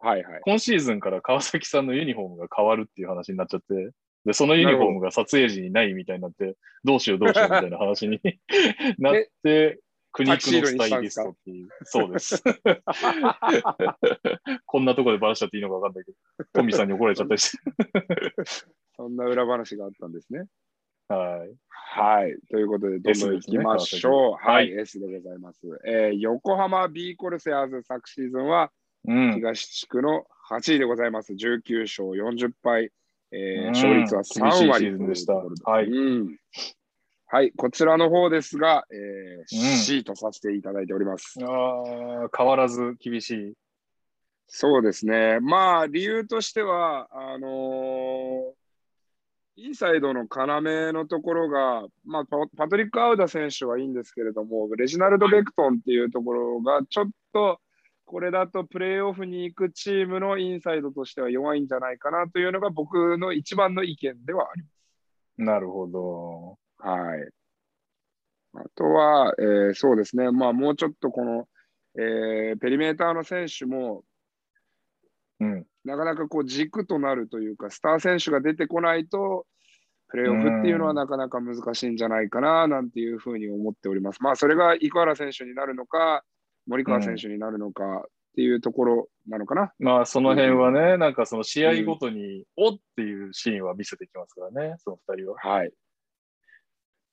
B: はいはい。
A: 今シーズンから川崎さんのユニフォームが変わるっていう話になっちゃって、で、そのユニフォームが撮影時にないみたいになって、どうしようどうしようみたいな話に *laughs* なって、国
B: タキシ
A: 久
B: ー
A: の
B: ドに
A: スタ
B: した
A: イ
B: んで
A: リ
B: す
A: ス
B: か
A: トっていう。そう *laughs* です。こんなとこでバラしちゃっていいのかわかんないけど、トミーさんに怒られちゃったり *laughs* して。
B: そんな裏話があったんですね。
A: はい。
B: はい。ということで、どんどん行きましょう。は
A: はい
B: い、S でございます。えー横浜 B コルセアーズ昨シーズンは、
A: うん。
B: 東地区の8位でございます。19勝40敗、え
A: う
B: ー
A: ん
B: 勝率は3割
A: 厳しいシーズンでした
B: というところす
A: はい
B: うんはい、こちらの方ですが、えー
A: うん
B: C とさせていただいております。
A: ああ、変わらず厳しい。
B: そうですね。まあ、理由としては、あのーインサイドの要のところが、まあ、パパトリック・アウダ選手はいいんですけれども、レジナルド・ベクトンっていうところが、ちょっとこれだとプレーオフに行くチームのインサイドとしては弱いんじゃないかなというのが、僕の一番の意見ではあり
A: なるほど。
B: はい。あとは、えーそうですね、まあ、もうちょっとこの、えーペリメーターの選手も、
A: うん。
B: なかなかこう軸となるというか、スター選手が出てこないと、プレーオフっていうのは
A: うん
B: なかなか難しいんじゃないかななんていうふうに思っております。まあ、それが生原選手になるのか、森川選手になるのかっていうところなのかな。
A: まあ、その辺はね、なんかその試合ごとに、おっていうシーンは見せてきますからね、その二人は。
B: はい。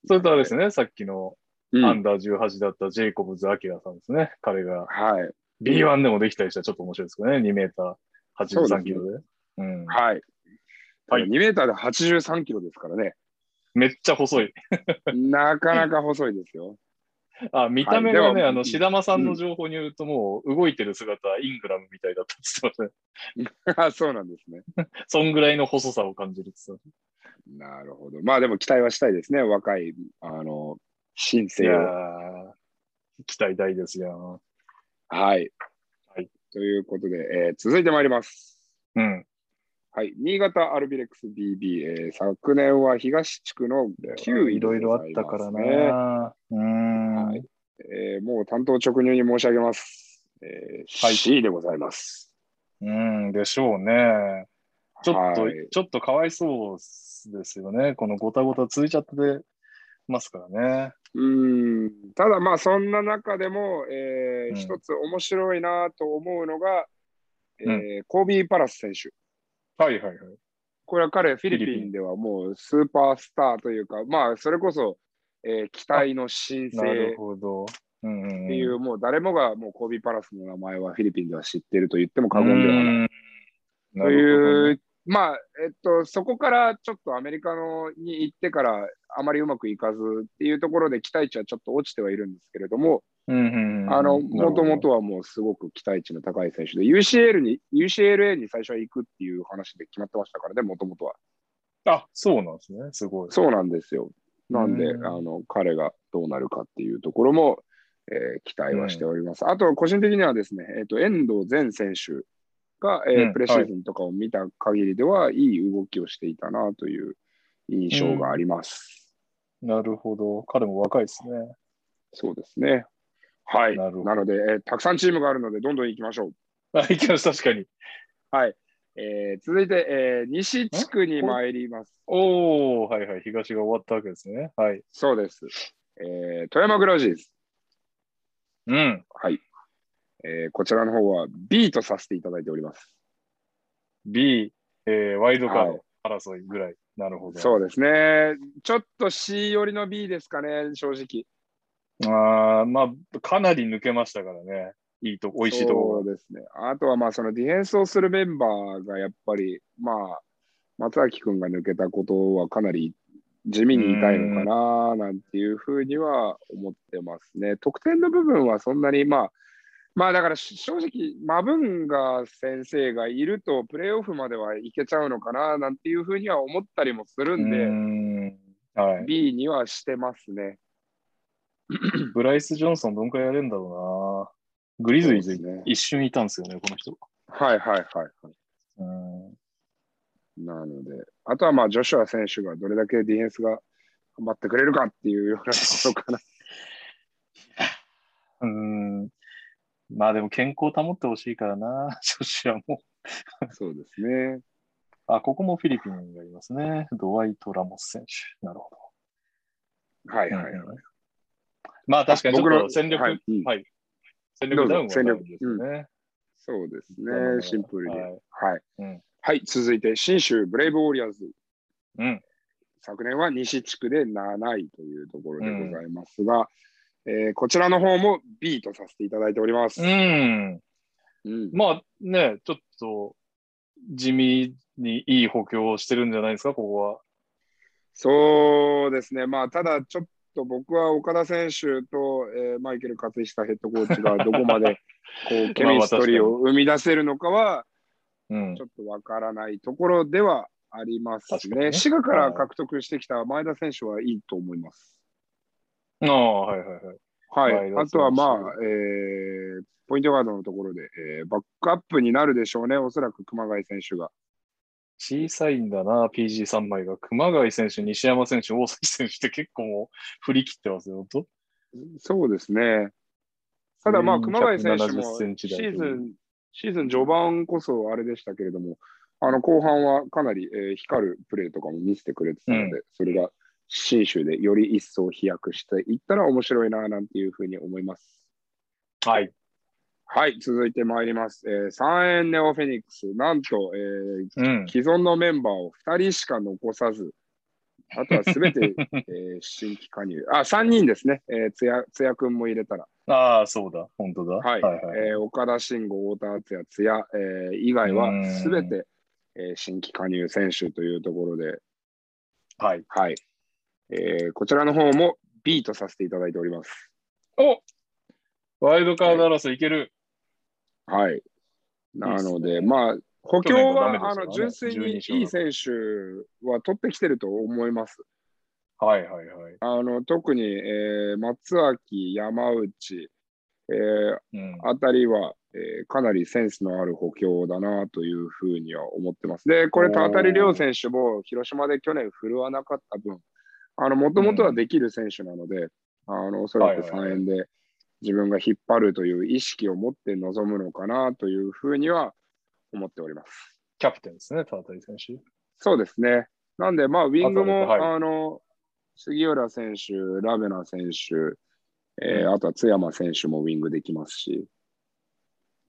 A: それとあれですね、さっきの
B: うん
A: アンダー18だったジェイコブズ・アキラさんですね。彼が
B: はい。
A: B1 でもできたりしたらちょっと面白いですよね。2メーター83キロで。うん。
B: はい。
A: はい
B: 2メーターで83キロですからね。
A: めっちゃ細い。
B: なかなか細いですよ。 *laughs*
A: あ、見た目が
B: で
A: ね、
B: も
A: あの、シダマさんの情報によるともう動いてる姿はイングラムみたいだったって言ってまし
B: あそうなんですね。
A: たね。そんぐらいの細さを感じるって言ってまし
B: なるほど。まあでも期待はしたいですね。若い、あの、新
A: た。
B: 星
A: い
B: を
A: やー期待大ですよ。
B: はい。
A: はい
B: ということで、えー続いてまいります。
A: うん。
B: はい、新潟アルビレックス BB、えー昨年は東地区の9位
A: い
B: でご
A: ろ
B: ざ
A: いろあっ
B: いますね
A: たからな。うーん。
B: はいえーもう担当直入に申し上げます。えー
A: はい
B: C でございます。
A: うんでしょうね。ちょっと、
B: はい
A: ちょっとかわいそうですよね。このごたごた続いちゃってますからね。
B: うーんただまあそんな中でも、えー
A: うん
B: 一つ面白いなと思うのが、えー
A: う
B: コービー・パラス選手。
A: はいはいはい。
B: これは彼、フィ
A: ィリ
B: リ
A: ピン
B: ピンではもうスーパースターというか、まあそれこそ、えー期待の新星
A: なるほど。うんうんうん、
B: っていう、もう誰もがもうコービー・パラスの名前はフィリピンでは知ってると言っても過言ではない。
A: うんな
B: という、
A: る
B: まあ、えっと、そこからちょっとアメリカのに行ってから、あまりうまくいかずっていうところで期待値はちょっと落ちてはいるんですけれども、
A: ほどね。うんうんうん
B: あの、
A: なる
B: も
A: ほど
B: ともとはもうすごく期待値の高い選手で、UCL に、UCLA に最初は行くっていう話で決まってましたからね、もともとは。
A: あ、そうなんですね。すごい。
B: そうなんですよ。なんで、
A: うん
B: あの彼がどうなるかっていうところも、えー期待はしております。あと、個人的にはですね、えっと遠藤前選手が、えー
A: うん
B: プレシーズンとかを見た限りでは、い、い動きをしていたなという印象があります。
A: なるほど。彼も若いですね。 *laughs*
B: そうですね。はい。
A: なるほど
B: なので、えーたくさんチームがあるので、どんどん行きましょう。
A: あ、いきます、確かに。
B: えー続いて、えー西地区に参ります。
A: おー、はいはい。東が終わったわけですね。はい。
B: そうです。えー富山グラウジーズ。
A: うん。
B: はい。えーこちらの方は B とさせていただいております。
A: B、えーワイルドカー
B: はい
A: ド争いぐらい。なるほど。
B: そうですね。ちょっと C 寄りの B ですかね、正直。
A: あーまあ、かなり抜けましたからね。いいとこ、美味しいとこ
B: そうですね。あとは、まあ、そのディフェンスをするメンバーがやっぱり、まあ、松崎君が抜けたことはかなり地味に痛いのかな、なんていうふうには思ってますね。得点の部分はそんなに、まあ、まあだからし正直、マブンガ先生がいると、プレーオフまではいけちゃうのかななんていうふうには思ったりもす
A: が。
B: るんで、
A: ん。はい。
B: B にはしてますね。
A: ブライス・ジョンソン、どんくらいやれんだろうな。グリズリー
B: そう
A: ズ
B: ですね
A: 一瞬いたんですよね、この人。
B: はいはいはいはい。
A: うん。
B: なので、あとはまあ、ジョシュア選手がどれだけディフェンスが頑張ってくれるかっていうようなところ
A: *laughs*
B: かな。
A: うん。まあでも健康保ってほしいからな、 *laughs* 女子はもう。
B: そうですね。
A: あ、ここもフィリピンがいますね。ドワイト・ラモス選手。なるほど。
B: はいはいはい。
A: うんうんまあ確かにちょ
B: 僕
A: っ
B: の
A: と戦力、
B: はいうん
A: はい戦力ダウンは
B: どうぞ戦
A: ダウ
B: 力
A: ンですよね。
B: そうです
A: ダウン
B: ね。
A: は
B: シンプルに。は
A: はいい。うん
B: はい、続いて、信州ブレイブウォリアーズ。
A: うん
B: 昨年は西地区で7位というところでございますが、えーこちらの方も B とさせていただいております。
A: うん。
B: うん
A: まあね、ちょっと地味にいい補強をしてるんじゃないですか、ここは。
B: そうですね、まあ、ただちょっと僕は岡田選手と、えーマイケル勝久ヘッドコーチがどこ
A: *laughs*
B: までこうケミストリーを生み出せるのかは
A: うん
B: ち。ょっとわからないところではあります
A: 確かに
B: ね。
A: ね
B: 滋賀から獲得してきた前田選手はいいと思います。
A: ああ、はいはいはい。前
B: は
A: 田
B: い、
A: 選手
B: あとはまあ、えーポイントガードのところで、えーバックアップになるでしょうね、おそらく熊谷選手が。
A: 小さいんだな、PG3 枚が。熊谷選手、西山選手、大崎選手って結構もう振り切ってますよ、本
B: そうですね。ただまあ、
A: うん
B: 熊谷選手も
A: 170
B: シ
A: センチ台という
B: ーズン、シーズン序盤こそあれでしたけれども、あの後半はかなり、えー光るプレーとかも見せてくれてたので、
A: う
B: それが信州でより一層飛躍していったら面白いななんていうふうに思います。
A: 当。はい。
B: はい、続いてまいります。えー、3円ネオフェニックス、なんと、え
A: うん
B: ー。既存のメンバーを2人しか残さず、あとはすべて、
A: *laughs*
B: えー新規加入。あ、3人ですね。えー、つや、つやくんも入れたら。
A: ああ、そうだ。本当だ。
B: はい、えー岡田慎吾、太田敦也、津屋、えー以外は
A: うん
B: すべて、えー新規加入選手というところで、
A: はい。
B: はいえーこちらの方も B とさせていただいております。
A: おワイルドカード争いいける。
B: はい、なので、
A: いいっすね
B: まあ、補
A: 去年
B: 強は、
A: がダメでしたから
B: あ
A: ね
B: の純粋にいい
A: 12勝
B: 選手は取ってきてると思います。
A: はいはいはい。
B: あの特に、えー松脇、山内、えー
A: うん。
B: あたりは、えーかなりセンスのある補強だなというふうには思ってます。で、これ、
A: おー
B: 田渡亮選手も広島で去年振るわなかった分、もともとはできる選手なので、あのおそらく
A: はいはいはい
B: 3円で自分が引っ張るという意識を持って臨むのかなというふうには思っております。
A: キャプテンですね、田渡選手。
B: そうですね。なんで、まあ、ウィングも、
A: あとは
B: あの杉浦選手、ラベナ選手、えー
A: うん
B: あとは津山選手もウィングできますし、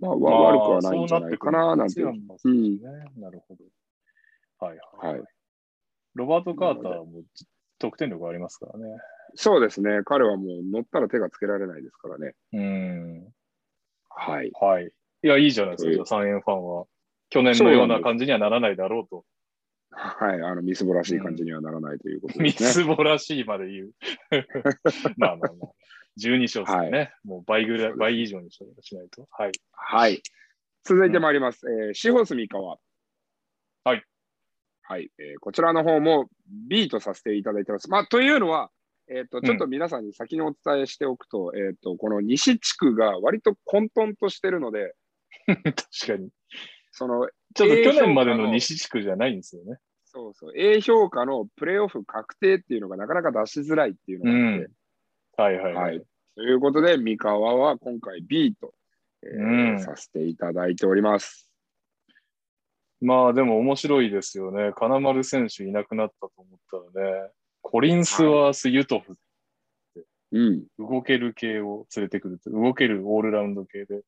B: まあ、
A: ま
B: わ
A: あ
B: 悪くはないんじゃないかな、なんていう。
A: そうなってくるんですねなるほど。はいはい。
B: はい
A: ロバート・カーターも得点力ありますからね。
B: そうですね。彼はもう乗ったら手がつけられないですからね。
A: うん。
B: はい。
A: はい。いや、いいじゃないですか、じゃあ三円ファンは。去年のような感じにはならないだろうと。
B: はい。あの、みすぼらしい感じにはならないということ
A: *laughs* み
B: ですね。
A: すぼらしいまで言
B: *laughs*
A: う。まあまあまあ。12勝ですよね。もう倍ぐらい、倍以上にしないと。はい。 *laughs*
B: はい。続いてまいります。えーシホス三河。
A: はい。
B: はい、えーこちらの方も B とさせていただいてます。まあ、というのは、えっとちょっと皆さんに先にお伝えしておくと、えっとこの西地区が割と混沌としてるので、
A: 確かに。
B: その
A: ちょっと
B: えー
A: 去年まで
B: 評
A: の
B: 価の
A: 西地区じゃないんですよね。
B: そうそう A 評価のプレーオフ確定っていうのがなかなか出しづらいっていうのがあって、
A: はいはいは
B: はいい。ということで、三河は今回 B と、えー
A: うん
B: させていただいております。
A: まあでも面白いですよね。金丸選手いなくなったと思ったらね、コリンスワース・ユトフ、
B: うん、
A: 動ける系を連れてくると、動けるオールラウンド系で。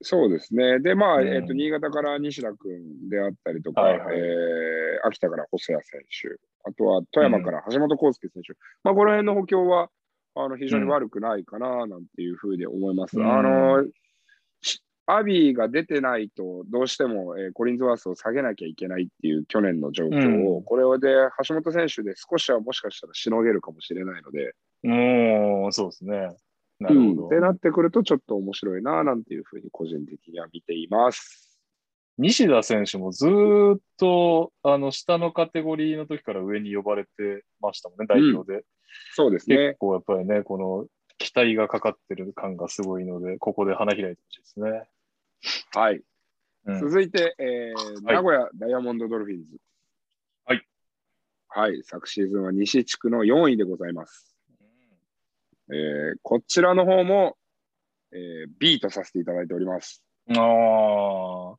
B: そうですね。で、まあ、
A: うん
B: えっ、と、新潟から西田君であったりとか、
A: はいはい
B: えー秋田から細谷選手、あとは富山から橋本康介選手、まあ、この辺の補強は、あの、非常に悪くないかな、なんていうふうに思います。
A: うん
B: あの、しアビーが出てないと、どうしても、えーコリンズワースを下げなきゃいけないっていう去年の状況を、
A: うん
B: これで橋本選手で少しはもしかしたらしのげるかもしれないので、
A: もう、そうですね。な
B: う
A: る
B: ん
A: ほど。
B: ってなってくると、ちょっと面白いな、なんていうふうに個人的には見ています。
A: 西田選手もずーっと、あの、下のカテゴリーの時から上に呼ばれてましたもんね、代表で。
B: そうですね
A: 結。構やっぱりね、この期待がかかってる感がすごいので、ここで花開いてほしいですね。
B: はい。
A: うん
B: 続いて、えー
A: はい
B: 名古屋ダイヤモンドドルフィンズ。
A: はい。
B: はい。昨シーズンは西地区の4位でございます。えーこちらの方も、えー B とさせていただいております。
A: ああ、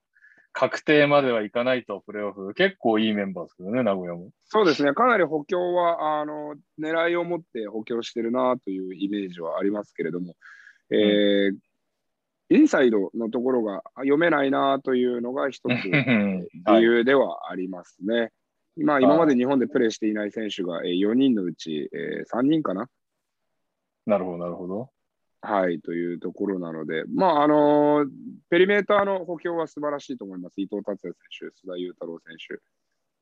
A: 確定まではいかないと、プレーオフ。結構いいメンバーですけどね、名古屋も。
B: そうですね。かなり補強は、あの、狙いを持って補強してるなというイメージはありますけれども、えーインサイドのところが読めないなというのが一つ
A: *laughs* は
B: 理
A: い
B: 由ではありますね。今、今まで日本でプレーしていない選手がえー4人のうちえー3人かな、
A: なるほど、なるほど。
B: はい、というところなので、まああのーペリメーターの補強は素晴らしいと思います。伊藤達也選手、須田雄太郎選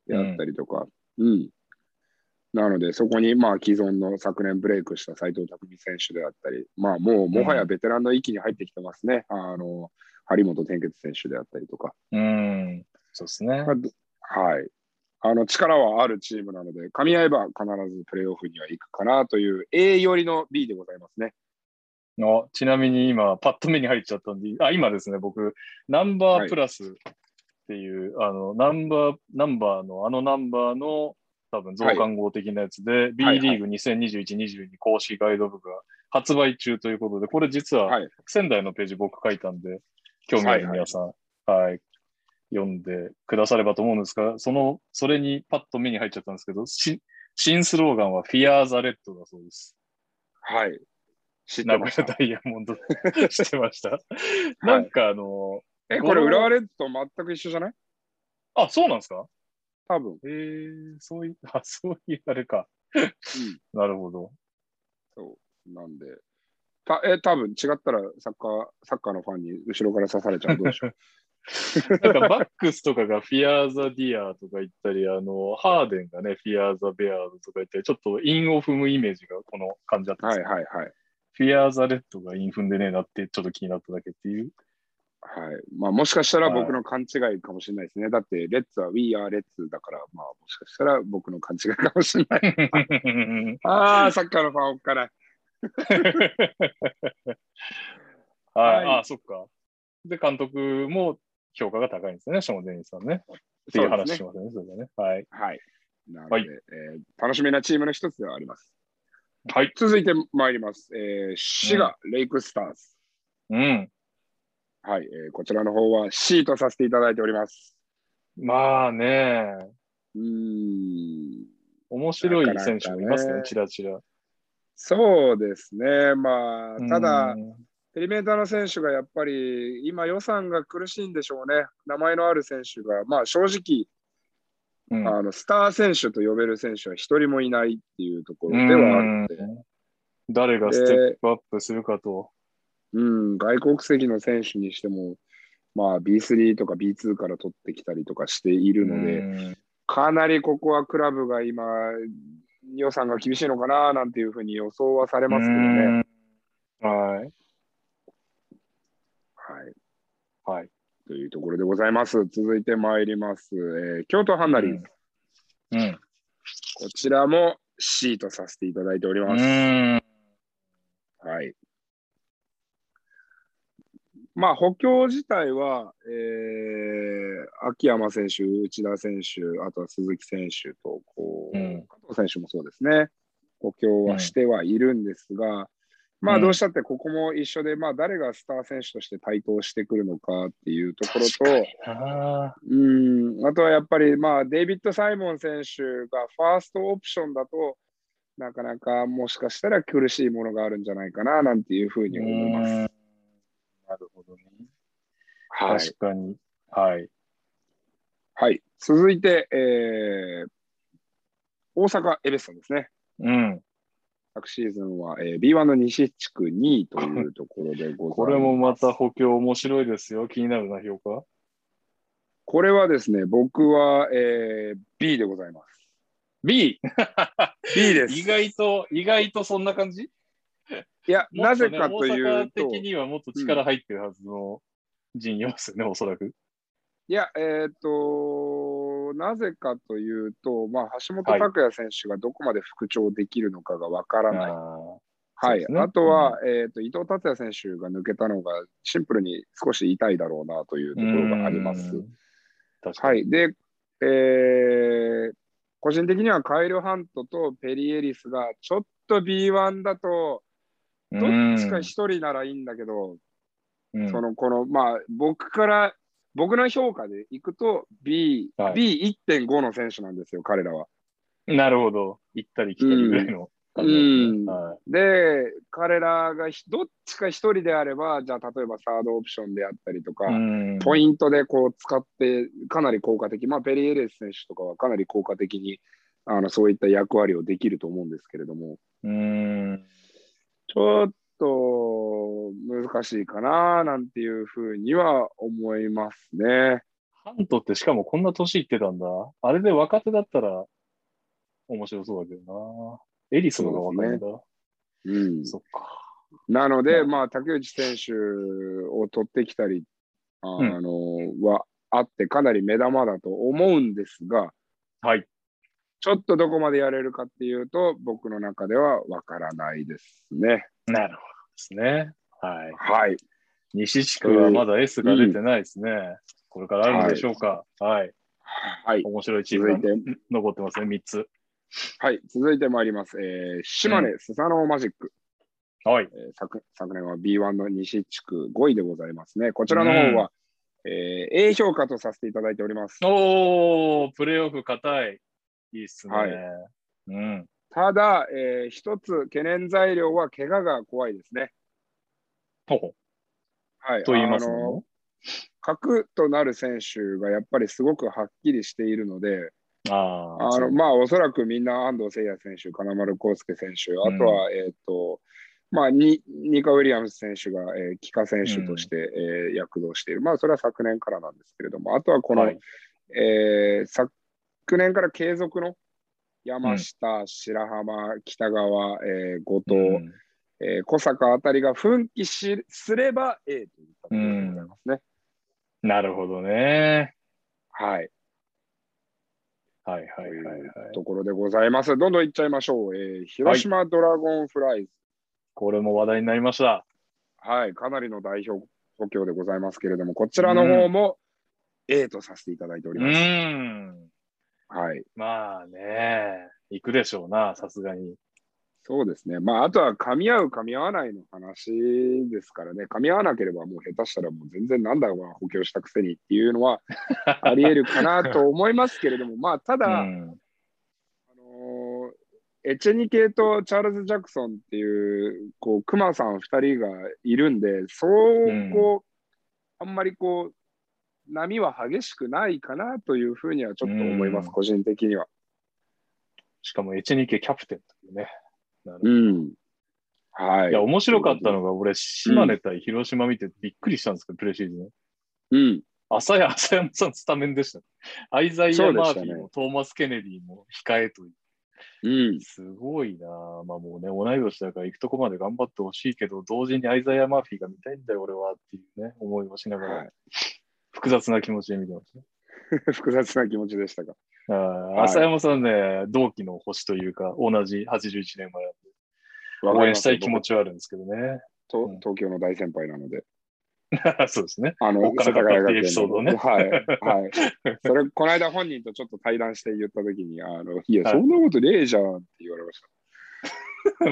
B: 手であったりとか。うんなので、そこに、まあ、既存の昨年ブレイクした斎藤匠選手であったり、まあ、もう、もはやベテランの域に入ってきてますね。あの、張本天傑選手であったりとか。
A: うん、そうですね。
B: まあどはい。あの力はあるチームなので、噛み合えば必ずプレーオフには行くかなという A 寄りの B でございますね。
A: あちなみに今、パッと目に入っちゃったんで、あ、今ですね、僕、ナンバープラスっていう、あの、ナンバー、ナンバーの、あのナンバーの、多分増刊号的なやつで、B
B: はい
A: リーグ2021-22公式ガイドブックが発売中ということで、これ実は
B: はい。
A: 仙台のページ僕書いたんで、興味ある皆さん、はい、読んでくださればと思うんですが、その、それにパッと目に入っちゃったんですけど、し新スローガンは Fear the Red だそうです。
B: はい。知って
A: 名
B: ま
A: 古
B: し
A: 屋
B: た。
A: ダイヤモンド *laughs* してました。なんかあの、
B: え、これ浦和レッズと全く一緒じゃない
A: あ、そうなんですか
B: 多分。
A: へえそういう、あ、そういうあれか。なるほど。
B: そう。なんで。たえ、多分違ったらサッカー、サッカーのファンに後ろから刺されちゃう。どうしよう。
A: なんかバックスとかがフィアーザ・ディアーとか言ったり、あの、ハーデンがね、フィアーザ・ベアードとか言ったり、ちょっと韻を踏むイメージがこの感じ *laughs* だったんで
B: は
A: すけ
B: い
A: ど、
B: はいはい。
A: フィアーザ・レッドが韻踏んでねえなって、ちょっと気になっただけっていう。
B: はい。まあ、もしかしたら
A: はい
B: 僕の勘違いかもしれないですね。だって、レッツは We are レッツだから、まあ、もしかしたら僕の勘違いかもしれない。ああ、サッカーのファンおっかない。
A: はい、
B: はい
A: あ、そっか。で、監督も評価が高いんですね、ショーン・デニスさんね。っていう
B: そうです
A: 話
B: ね
A: しますね、それがね。はい。
B: はい。なので、
A: はい
B: えー楽しみなチームの一つではあります。
A: はい。
B: 続いて参ります。えー、滋賀、レイクスターズ。
A: うん。
B: はい、えーこちらの方は C とさせていただいております。
A: まあね、
B: うーん。
A: 面白い選手もいますね、ちらちら。
B: そうですね。まあ、ただ
A: う、ん
B: ペリメーターの選手がやっぱり、今予算が苦しいんでしょうね。名前のある選手が、まあ正直、
A: うん
B: あのスター選手と呼べる選手は一人もいないっていうところではあるので、
A: 誰がステップアップするかと。
B: うん、外国籍の選手にしても、まあ、B3 とか B2 から取ってきたりとかしているので、
A: うん
B: かなりここはクラブが今、予算が厳しいのかななんていうふうに予想はされますけどね。はい、
A: うんはい。はい。
B: というところでございます。続いてまいります。えー京都ハンナリーズ。こちらも C とさせていただいており
A: う
B: ます。
A: ーん。
B: はい。まあ、補強自体は、えー秋山選手、内田選手、あとは鈴木選手と、こう、
A: うん
B: 加藤選手もそうですね、補強はしてはいるんですが、ま
A: う
B: あ、
A: ん
B: どうしたってここも一緒で、まあ、誰がスター選手として台頭してくるのかっていうところと、
A: あ
B: うん、あとはやっぱり、まあ、デイビッド・サイモン選手がファーストオプションだと、なかなかもしかしたら苦しいものがあるんじゃないかな、なんていうふう
A: ー
B: に
A: う
B: 思いま
A: ーん
B: す。
A: なるほどね。
B: はい。
A: 確かに。はい。
B: はい、続いて、えー大阪エベッソンですね。
A: うん。
B: 昨シーズンは、えー B1 の西地区2位というところでございます。
A: これもまた補強面白いですよ。気になるな、評価。
B: これはですね、僕は、えー B でございま
A: B!
B: す。B です。
A: 意外と、意外とそんな感じ
B: いや、
A: もっ
B: な
A: と
B: ぜ
A: ね
B: かという
A: 大
B: と
A: 阪、的にはもっと力入ってるはずの陣容ですよね、おそらく。
B: いや、えーっ、と、なぜかというと、まあ、橋本
A: はい
B: 拓也選手がどこまで復調できるのかがわからな
A: あ
B: い。はい。
A: ーそうですね
B: あとは、えーっ、と、伊藤達也選手が抜けたのが、シンプルに少し痛いだろうなとい
A: ー
B: うところがあります。
A: うーん確か
B: は
A: に。
B: い。で、えー個人的にはカイル・ハントとペリエリスが、ちょっと B1 だと、
A: ど
B: どっちか一人ならいいんだけど、そのこのまあ僕から僕の評価でいくと B、
A: はい
B: B1.5 の選手なんですよ彼らは。
A: なるほど。行ったり来たりぐらいの感じです
B: うん
A: ね。はい
B: で彼らがひどっちか一人であればじゃあ例えばサードオプションであったりとか、
A: うん
B: ポイントでこう使ってかなり効果的まあペリエレス選手とかはかなり効果的にあのそういった役割をできると思うんですけれども
A: うん
B: ちょっと難しいかななんていうふうには思いますね。
A: ハントってしかもこんな年いってたんだ。あれで若手だったら面白そうだけどな。エリスの方が若いんだ。
B: うん、
A: そっか。
B: なの
A: は
B: で、
A: い
B: まあ、竹内選手を取ってきたり、あ
A: ん
B: あのはあって、かなり目玉だと思うんですが、
A: はい。
B: ちょっとどこまでやれるかっていうと、僕の中ではわからないですね。
A: なるほどですね。はい。
B: はい。
A: 西地区はまだ S が出てないですね。これからあるんでしょうか。はい。
B: はい。
A: 面白いチー
B: 続い
A: ム
B: て
A: が、残ってますね、3つ。
B: はい。続いて参ります。えー島根スサノーマジック、
A: はい。
B: えー昨。昨年は B1 の西地区5位でございますね。こちらの方は、えー A 評価とさせていただいております。
A: おー、プレーオフ硬い。いいっすね。
B: はい
A: うん。
B: ただ、えー一つ懸念材料は怪我が怖いですね。
A: ほほ
B: はい、
A: と言います
B: あの
A: の
B: 核となる選手がやっぱりすごくはっきりしているので、
A: あー
B: あのまあ、おそらくみんな安藤誠也選手、金丸康介選手、あとは、えーとまあ、にニカ・ウィリアムス選手が、えー、帰化選手として、えー躍動している、まあ、それは昨年からなんですけれども、あとはこの、
A: はい
B: えー昨年から継続の山下、白浜、北川、えー後藤、
A: うん
B: えー小坂あたりが奮起しすれば A といったところでございますね。
A: なるほどね。
B: はい。
A: はいはい
B: と
A: はい、はい
B: いう。ところでございます。どんどんいっちゃいましょう。えー広島ドラゴンフライズ。
A: これも話題になりました。
B: はい、かなりの代表補強でございますけれども、こちらの方も A とさせていただいてお
A: う
B: ります。
A: ーん。
B: はい。
A: まあね、行くでしょうな、さすがに。
B: そうですね。まあ、あとは噛み合う、噛み合わないの話ですからね。噛み合わなければもう下手したらもう全然なんだろうな、補強したくせにっていうのはあり得るかなと思いますけれども、まあ、た
A: *laughs*
B: だ、
A: うん、
B: あのーエチェニケとチャールズ・ジャクソンっていう、こう、クマさん2人がいるんで、そう、こう、あんまりこう、波は激しくないかなというふうにはちょっと思います、
A: うん
B: 個人的には。
A: しかも、エチェニケキャプテンというね。なるほど
B: うん。はい。
A: いや、面白かったのが、俺、島根対広島見てびっくりしたんですけど、プレシーズン。
B: うん。
A: 浅谷、浅山さんスタメンでした。アイザイ
B: そ
A: ア・
B: うで
A: マー
B: し
A: フ
B: た
A: ィ
B: ね
A: ーも、トーマス・ケネディも控えという。
B: うん。 *laughs*
A: すごいなぁまあもうね、同い年だから行くとこまで頑張ってほしいけど、同時にアイザイア・マーフィーが見たいんだよ、俺はっていうね、思いをしながら、
B: はい
A: 複雑な気持ちで見てましたね。
B: 複雑な気持ちでしたが。
A: あ浅山さんね、同期の星というか、同じ81年前なんで
B: わか
A: 応
B: り
A: 援
B: ま
A: し
B: す
A: たい気持ちはあるんですけどね。
B: と
A: うん
B: 東京の大先輩なので。
A: そうですね。 *laughs*
B: あの、
A: おっかなかったっていうエピソードをね
B: 世
A: *laughs*
B: 田谷学園のはい。はい。それ、この間本人とちょっと対談して言ったときに、あの、いや、
A: はい
B: そんなことねえじゃんって言われまし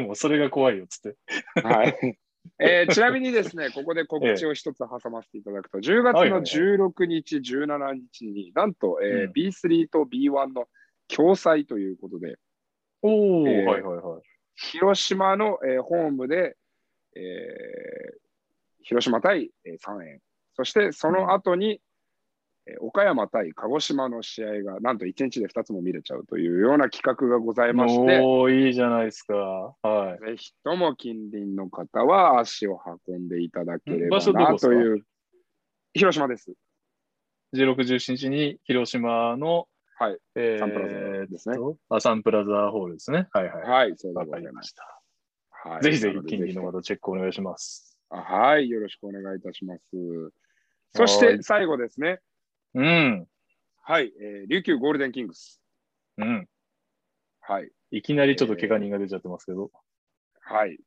A: もうそれが怖いよっつって。
B: た。はい。 *laughs* えーちなみにですね、ここで告知を一つ挟ませていただくと、10月の16日、17日に、なんと、えー
A: うん
B: B3 と B1 の共催ということで、
A: おお、
B: えー
A: はいはいはい。
B: 広島の、えーホームで、えー広島対、えー三円、そしてその後に、えー岡山対鹿児島の試合がなんと1日で2つも見れちゃうというような企画がございまして、
A: おーいいじゃないですか。は
B: ぜひとも近隣の方は足を運んでいただければ
A: 場所どこ
B: な
A: ですか
B: という、広島です。
A: い。16、17日に広島の、
B: はい、
A: えー
B: サンプラザですね
A: えーっとあサンプラザホールですね。はいはい。
B: はい、そうで
A: わ
B: ご
A: か
B: ざい
A: り
B: ま。
A: ますした。
B: はい
A: ぜひぜひ
B: なので
A: 近隣の方チェックお願いします。
B: はい、よろしくお願いいたします。そし
A: は
B: て
A: い
B: 最後ですね、
A: うん。
B: はい、えー琉球ゴールデンキングス。
A: うん。
B: はい。
A: いきなりちょっと怪我人が出ちゃってますけど。
B: はい。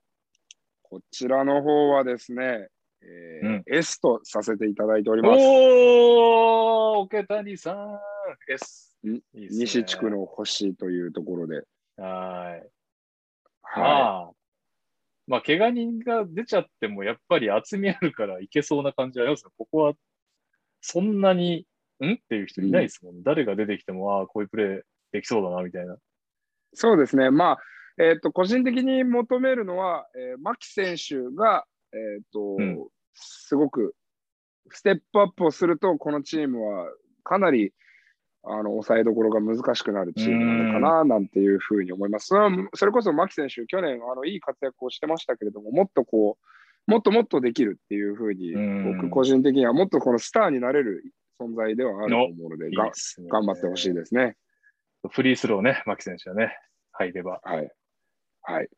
B: こちらの方はですね、えー
A: うん
B: S とさせていただいております。
A: おおー桶谷さん !S!
B: に
A: いいっすね
B: 西地区。の星というところで。
A: はい。
B: は
A: まあ、まあ、怪我人が出ちゃっても、やっぱり厚みあるからいけそうな感じはありますよここは、そんなに、んっていう人いないですもんね。誰が出てきても、ああ、こういうプレーできそうだな、みたいな。
B: い。そうですね。まあ、えっ、と、個人的に求めるのは、えー牧選手が、えっ、と、
A: うん
B: すごくステップアップをすると、このチームはかなりあの抑えどころが難しくなるチームなのかななんていうふうに思います。それはそれこそ牧選手、去年あのいい活躍をしてましたけれども、もっとこう、もっともっとできるっていうふうに、
A: うん
B: 僕個人的にはもっとこのスターになれる存在ではあると思うので、が
A: いいっすね
B: 頑張ってほしいですね。
A: フリースローね、牧選手はね、入れば。
B: はい。はい。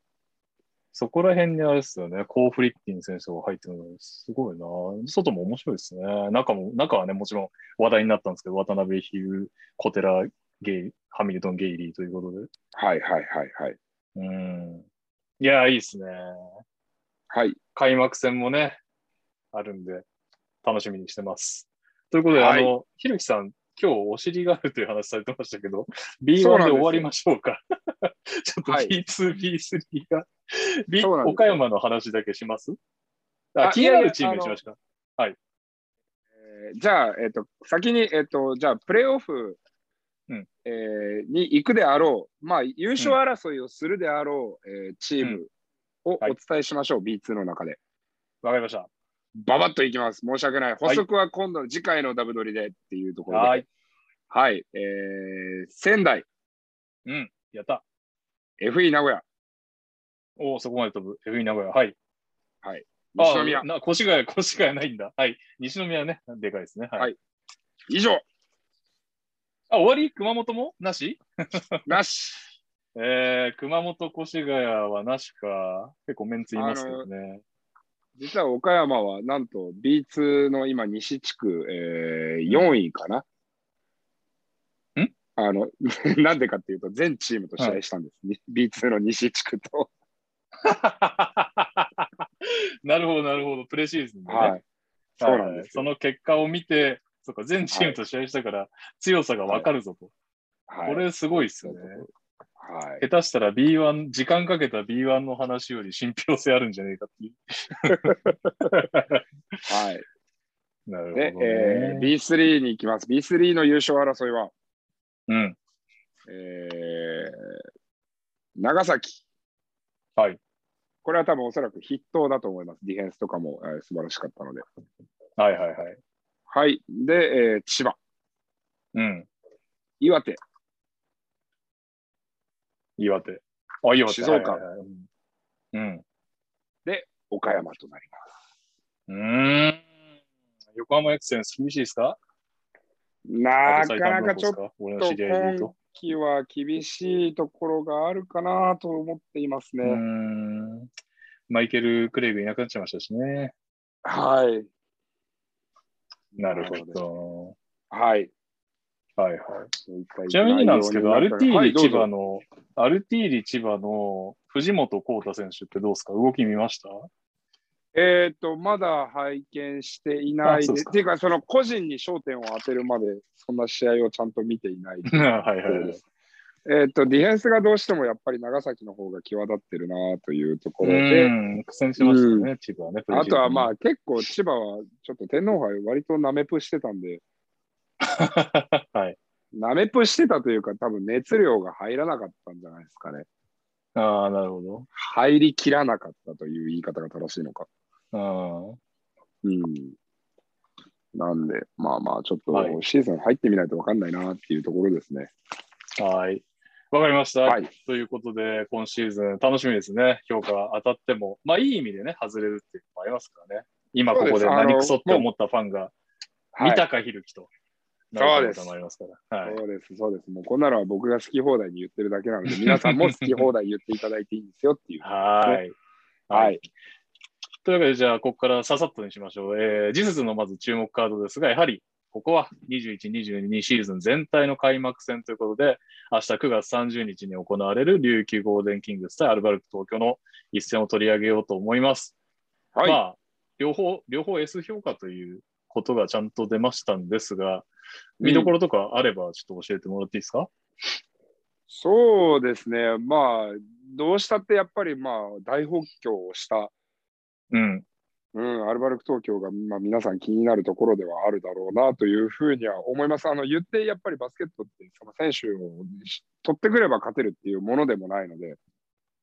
A: そこら辺にあれですよね、コー・フリッキン選手が入ってるのすごいな。外も面白いですね。中も、中はね、もちろん話題になったんですけど、渡辺比喩、小寺、ゲイ、ハミルトン・ゲイリーということで。
B: はいはいはいはい。
A: うん。いやー、いいですね。
B: はい。
A: 開幕戦もね、あるんで、楽しみにしてます。ということで、
B: はい
A: あの、ひろきさん、今日お尻があるという話されてましたけど、
B: *laughs* そ
A: B1
B: うなん
A: で
B: ですよ
A: 終わりましょうか。 *laughs* ちょっと
B: はい
A: B2、B3
B: *laughs*
A: が、B、
B: そうなんですよ
A: 岡山の話だけしますあ
B: あ
A: 気になるチームにしました。
B: えーじゃあ、えっ、と、先に、えっ、と、じゃあ、プレーオフ、
A: うん
B: えーに行くであろう、まあ、優勝争いをするであろう、えーチームをお
A: はい
B: 伝えしましょう、B2 の中で。
A: わかりました。
B: ババッといきます。申し訳ない。補
A: い
B: 足は今度、次回のダブドリでっていうところで。
A: は
B: はいい。。えー仙台、
A: うん。やった。
B: FE 名古屋、
A: おお、そこまで飛ぶ。FE 名古屋。はい。
B: 西宮
A: あ、な越谷、越谷ないんだ。はい。西宮ね、でかいですね。はい。
B: はい以上、
A: あ、終わり熊本もなし
B: なし。
A: えー、熊本、越谷はなしか、結構メンツいますけど
B: *laughs*
A: ね。
B: 実は岡山は、なんと B2 の今、西地区、えー4位かな。
A: ん
B: あの、 *laughs* なんでかっていうと、全チームと試合したんです。に B2 の西地区と。
A: なるほど、なるほど、プレシーズンでね。
B: はい。そうなんです
A: そ
B: よ。
A: の結果を見て、そっか、全チームと試合したから、強さがわかるぞと。
B: はい。
A: これ、すごいですよね。
B: はい。
A: 下手したら B1、時間かけた B1 の話より信憑性あるんじゃねえかっていう。
B: はい。
A: なるほど、
B: で
A: ね、。
B: えー B3 に行きます。B3 の優勝争いは、
A: うん。
B: えー長崎。
A: はい。
B: これは多分おそらく筆頭だと思います。ディフェンスとかも、えー素晴らしかったので。
A: はいはいはい。
B: はい。で、えー千葉、
A: うん。
B: 岩手、
A: 岩手。あ、岩手。
B: 静岡
A: はいはいはいうん。
B: 岡山となりま
A: うん。うーん横浜エクセンス厳しいですか
B: す。なかなかちょっと
A: と俺の知り合いで言う
B: 今
A: と。
B: 季は厳しいところがあるかなと思っていますね。
A: うーんマイケル・クレイグいなくなっちゃいましたしね。
B: はい。
A: なるほ
B: なので
A: ど。
B: はい。
A: はいはい。ちなみになんですけど、アルティーリ千葉の、アルティーリ千葉の藤本幸太選手ってどうですか動き見ました
B: えっ、と、まだ拝見していない
A: あそうで
B: です
A: か
B: っていうか、その個人に焦点を当てるまで、そんな試合をちゃんと見ていない。
A: はいはい
B: そう
A: は
B: で
A: い。
B: すえっ、と、ディフェンスがどうしてもやっぱり長崎の方が際立ってるなというところで、
A: うん、苦戦しましたね、千葉はね。
B: あとはま
A: あ、
B: あ結構千葉はちょっと天皇杯割とナメプしてたんで、
A: *laughs* はい。
B: ナメプしてたというか多分熱量が入らなかったんじゃないですかね。
A: ああ、なるほ
B: 入りきらなかったという言い方が正しいのか。
A: ど。
B: うん。なんで、まあまあちょっと
A: はい
B: シーズン入ってみないと分かんないなっていうところですね。
A: うん。はい。わかりました、
B: はい
A: ということで、今シーズン楽しみですね。評価当たっても、まあいい意味でね、外れるっていうのもありますからね。今ここで何クソって思ったファンが、
B: はい
A: 三鷹弘樹と。
B: そうです
A: なる可能性もありますから。はい。
B: そうです、そうです。もうこんなのは僕が好き放題に言ってるだけなので、皆さんも好き放題言っていただいていいんですよっていう。
A: *laughs* はい。
B: は
A: はいい。というわけで、じゃあ、ここからささっとにしましょう。えー、次節のまず注目カードですが、やはり、ここは21、22シーズン全体の開幕戦ということで、明日9月30日に行われる琉球ゴールデンキングス対アルバルク東京の一戦を取り上げようと思います。
B: はい。
A: まあ、両方、両方 S 評価ということがちゃんと出ましたんですが、見どころとかあればちょっと教えてもらっていいですか、
B: そうですね。まあ、どうしたってやっぱりまあ、大補強をした、
A: うん。
B: うん、アルバルク東京が、まあ、皆さん気になるところではあるだろうなというふうには思います。あの、言ってやっぱりバスケットって、その選手を取ってくれば勝てるっていうものでもないので、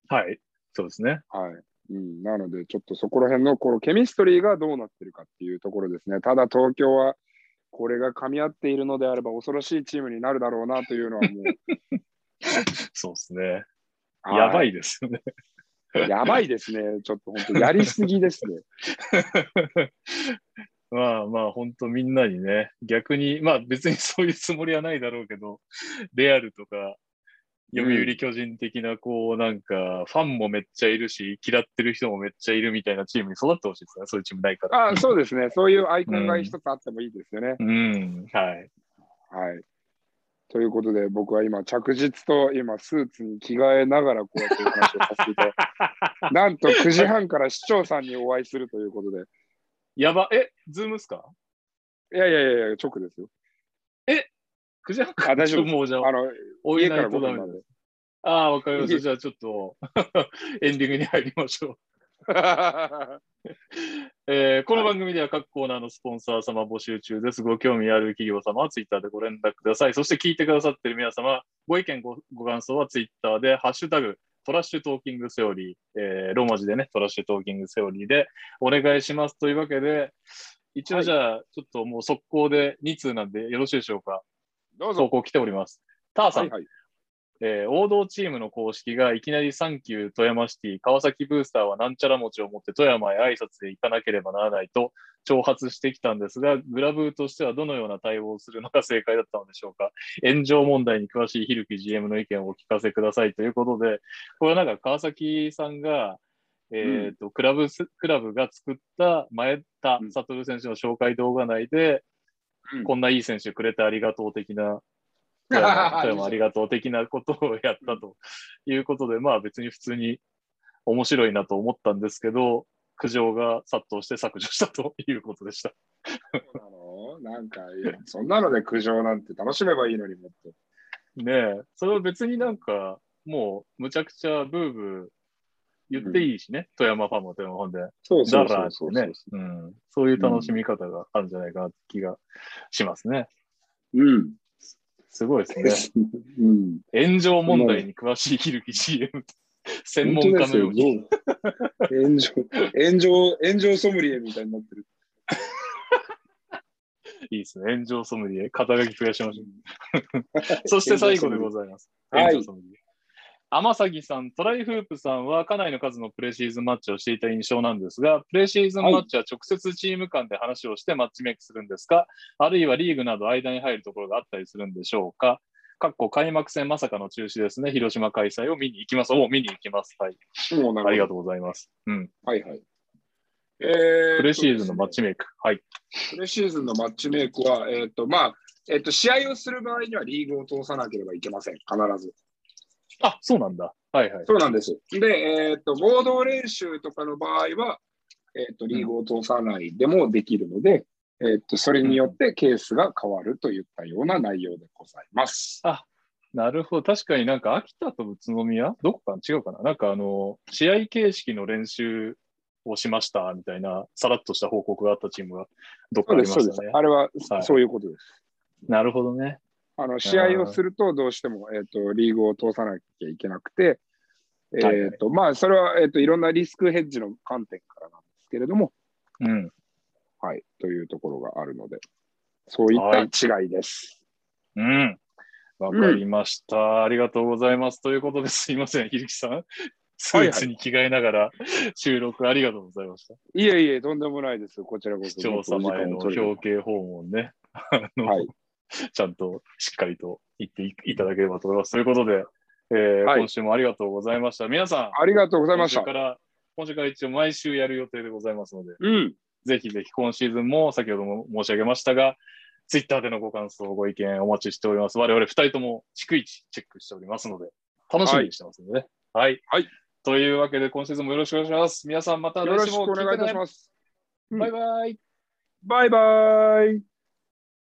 A: はい。そうですね。
B: はい。うん、なので、ちょっとそこら辺のこのケミストリーがどうなってるかっていうところですね。ただ、東京はこれが噛み合っているのであれば、恐ろしいチームになるだろうなというのはもう、
A: そうですね。 *laughs* やばいですね。
B: はい。やばいですね。ちょっと本当、やりすぎですね。
A: まあまあ、本当みんなにね、逆に、まあ別にそういうつもりはないだろうけど、レアルとか、読売巨人的な、こう、なんか、ファンもめっちゃいるし、嫌ってる人もめっちゃいるみたいなチームに育ってほしいですね。そういうチームないから。
B: あそうですね。そういうアイコンが一つあってもいいですよね。
A: うん、はい。
B: はい。ということで、僕は今、着実と今、スーツに着替えながらこうやってお話をさせていただい *laughs* て、なんと9時半から市長さんにお会いするということで、
A: やば、え、ズームっすか
B: いやいやいやいや、直ですよ。
A: くじゃん
B: あ大丈夫
A: もうじゃ
B: あ
A: あ、
B: の、
A: お湯
B: 家
A: な
B: から
A: いと
B: 僕
A: ダ
B: ま
A: メだ
B: で。
A: ああ、わかりました。じゃあちょっと、 *laughs* エンディングに入りましょう。えーこの番組では各コーナーのスポンサー様募集中です。ご興味ある企業様はツイッターでご連絡ください。そして聞いてくださっている皆様、ご意見ご、ご感想はツイッターで、ハッシュタグ、トラッシュトーキングセオリー、えーローマ字でね、トラッシュトーキングセオリーでお願いします。というわけで、一応じゃあ、ちょっともう速攻で2通なんでよろしいでしょうか。
B: どう
A: 投
B: ぞ。
A: 稿来ております。ターさん、
B: はいはい。
A: えー王道チームの公式がいきなりサンキュー富山シティ、川崎ブースターはなんちゃら餅を持って富山へ挨拶へ行かなければならないと挑発してきたんですが、グラブーとしてはどのような対応をするのが正解だったのでしょうか。炎上問題に詳しいひるき GM の意見をお聞かせくださいということで、これはなんか川崎さんが、えーとクラブスクラブが作った前田
B: うん
A: 悟選手の紹介動画内で、
B: うん
A: こんないい選手くれてありがとう的
B: *laughs*
A: な富山富山ありがとう的なことをやったということで、まあ別に普通に面白いなと思ったんですけど、苦情が殺到して削除したということでした。
B: そうなのなんか、いやそんなので苦情なんて楽しめばいいのにもっと。
A: ねえ、それは別になんか、もうむちゃくちゃブーブー言っていいしね、富山ファンも富山ファンで。
B: そう
A: だ
B: そう
A: か
B: そ
A: ら
B: う
A: って
B: そう
A: ね、うんそういう楽しみ方があるんじゃないかなって気がしますね。
B: うん。
A: すごいですね。
B: うん。
A: 炎上問題に詳しいひるき GM、専門家のように。
B: 本当ですよ。どう炎上、炎上、炎上ソムリエみたいになってる。
A: いいですね。炎上ソムリエ、肩書き増やしましょう。 *laughs* そして最後でございます。
B: はい
A: 炎上ソムリエ。天崎さん、トライフープさんはかなりの数のプレシーズンマッチをしていた印象なんですが、プレシーズンマッチは直接チーム間で話をしてマッチメイクするんですか、あるいはリーグなど間に入るところがあったりするんでしょうかかっこ開幕戦まさかの中止ですね。広島開催を見に行きます。お見に行きます。はい。
B: もうなんか
A: ありがとうございます。うん。
B: はいはい。え
A: プレシーズンのマッチ
B: メ
A: メイク。はい。
B: イク。プレシーズンのマッチメイクは、えっ、と、まあ、えっと、試合をする場合にはリーグを通さなければいけません。必ず。
A: あ、そうなんだ。はいはい。
B: そうなんです。で、えっと、合同練習とかの場合は、えっと、リーグを通さないでもできるので、えっと、それによってケースが変わるといったような内容でございます。
A: なるほど。確かになんか秋田と宇都宮どこかな違うかななんかあの、試合形式の練習をしましたみたいな、さらっとした報告があったチームがどっ
B: そ
A: かあ
B: うで
A: りま
B: す、そう
A: し
B: で
A: た
B: す
A: ね。。
B: あれは、
A: はい
B: そういうことです。
A: なるほどね。
B: あの試合をすると、どうしても、えっとリーグを通さなきゃいけなくて、えっと
A: はいはい
B: まあ、それは、えっといろんなリスクヘッジの観点からなんですけれども、
A: うん。
B: はい、というところがあるので、そういった違いです。
A: うん。わかりました、ありがとうございます。ということですいません、 *laughs* ひるきさん。スーツに着替えながら *laughs* 収録ありがとうございました。
B: いえいえ、とんでもないです。こちらこそ。
A: 視聴様への
B: お時間を
A: 表敬訪問ね。 *laughs* あの
B: はい
A: *laughs* ちゃんとしっかりと言っていいただければと思います。ということで、えー
B: はい
A: 今週もありがとうございました。皆さん、
B: ありがとうございま
A: 今
B: し
A: 週
B: た
A: か。ら、今週から一応毎週やる予定でございますので、
B: うん。
A: ぜひぜひ今シーズンも先ほども申し上げましたが、ツイッターでのご感想、ご意見お待ちしております。我々2人とも逐一チェックしておりますので、楽しみにしてますのでね。はい。
B: はい
A: というわけで、今シーズンもよろしくお願いします。皆さんまた
B: よろ
A: 来
B: し
A: 週
B: く
A: も
B: お願いいたし
A: す。
B: ます。
A: バイバイ。
B: バイバイ。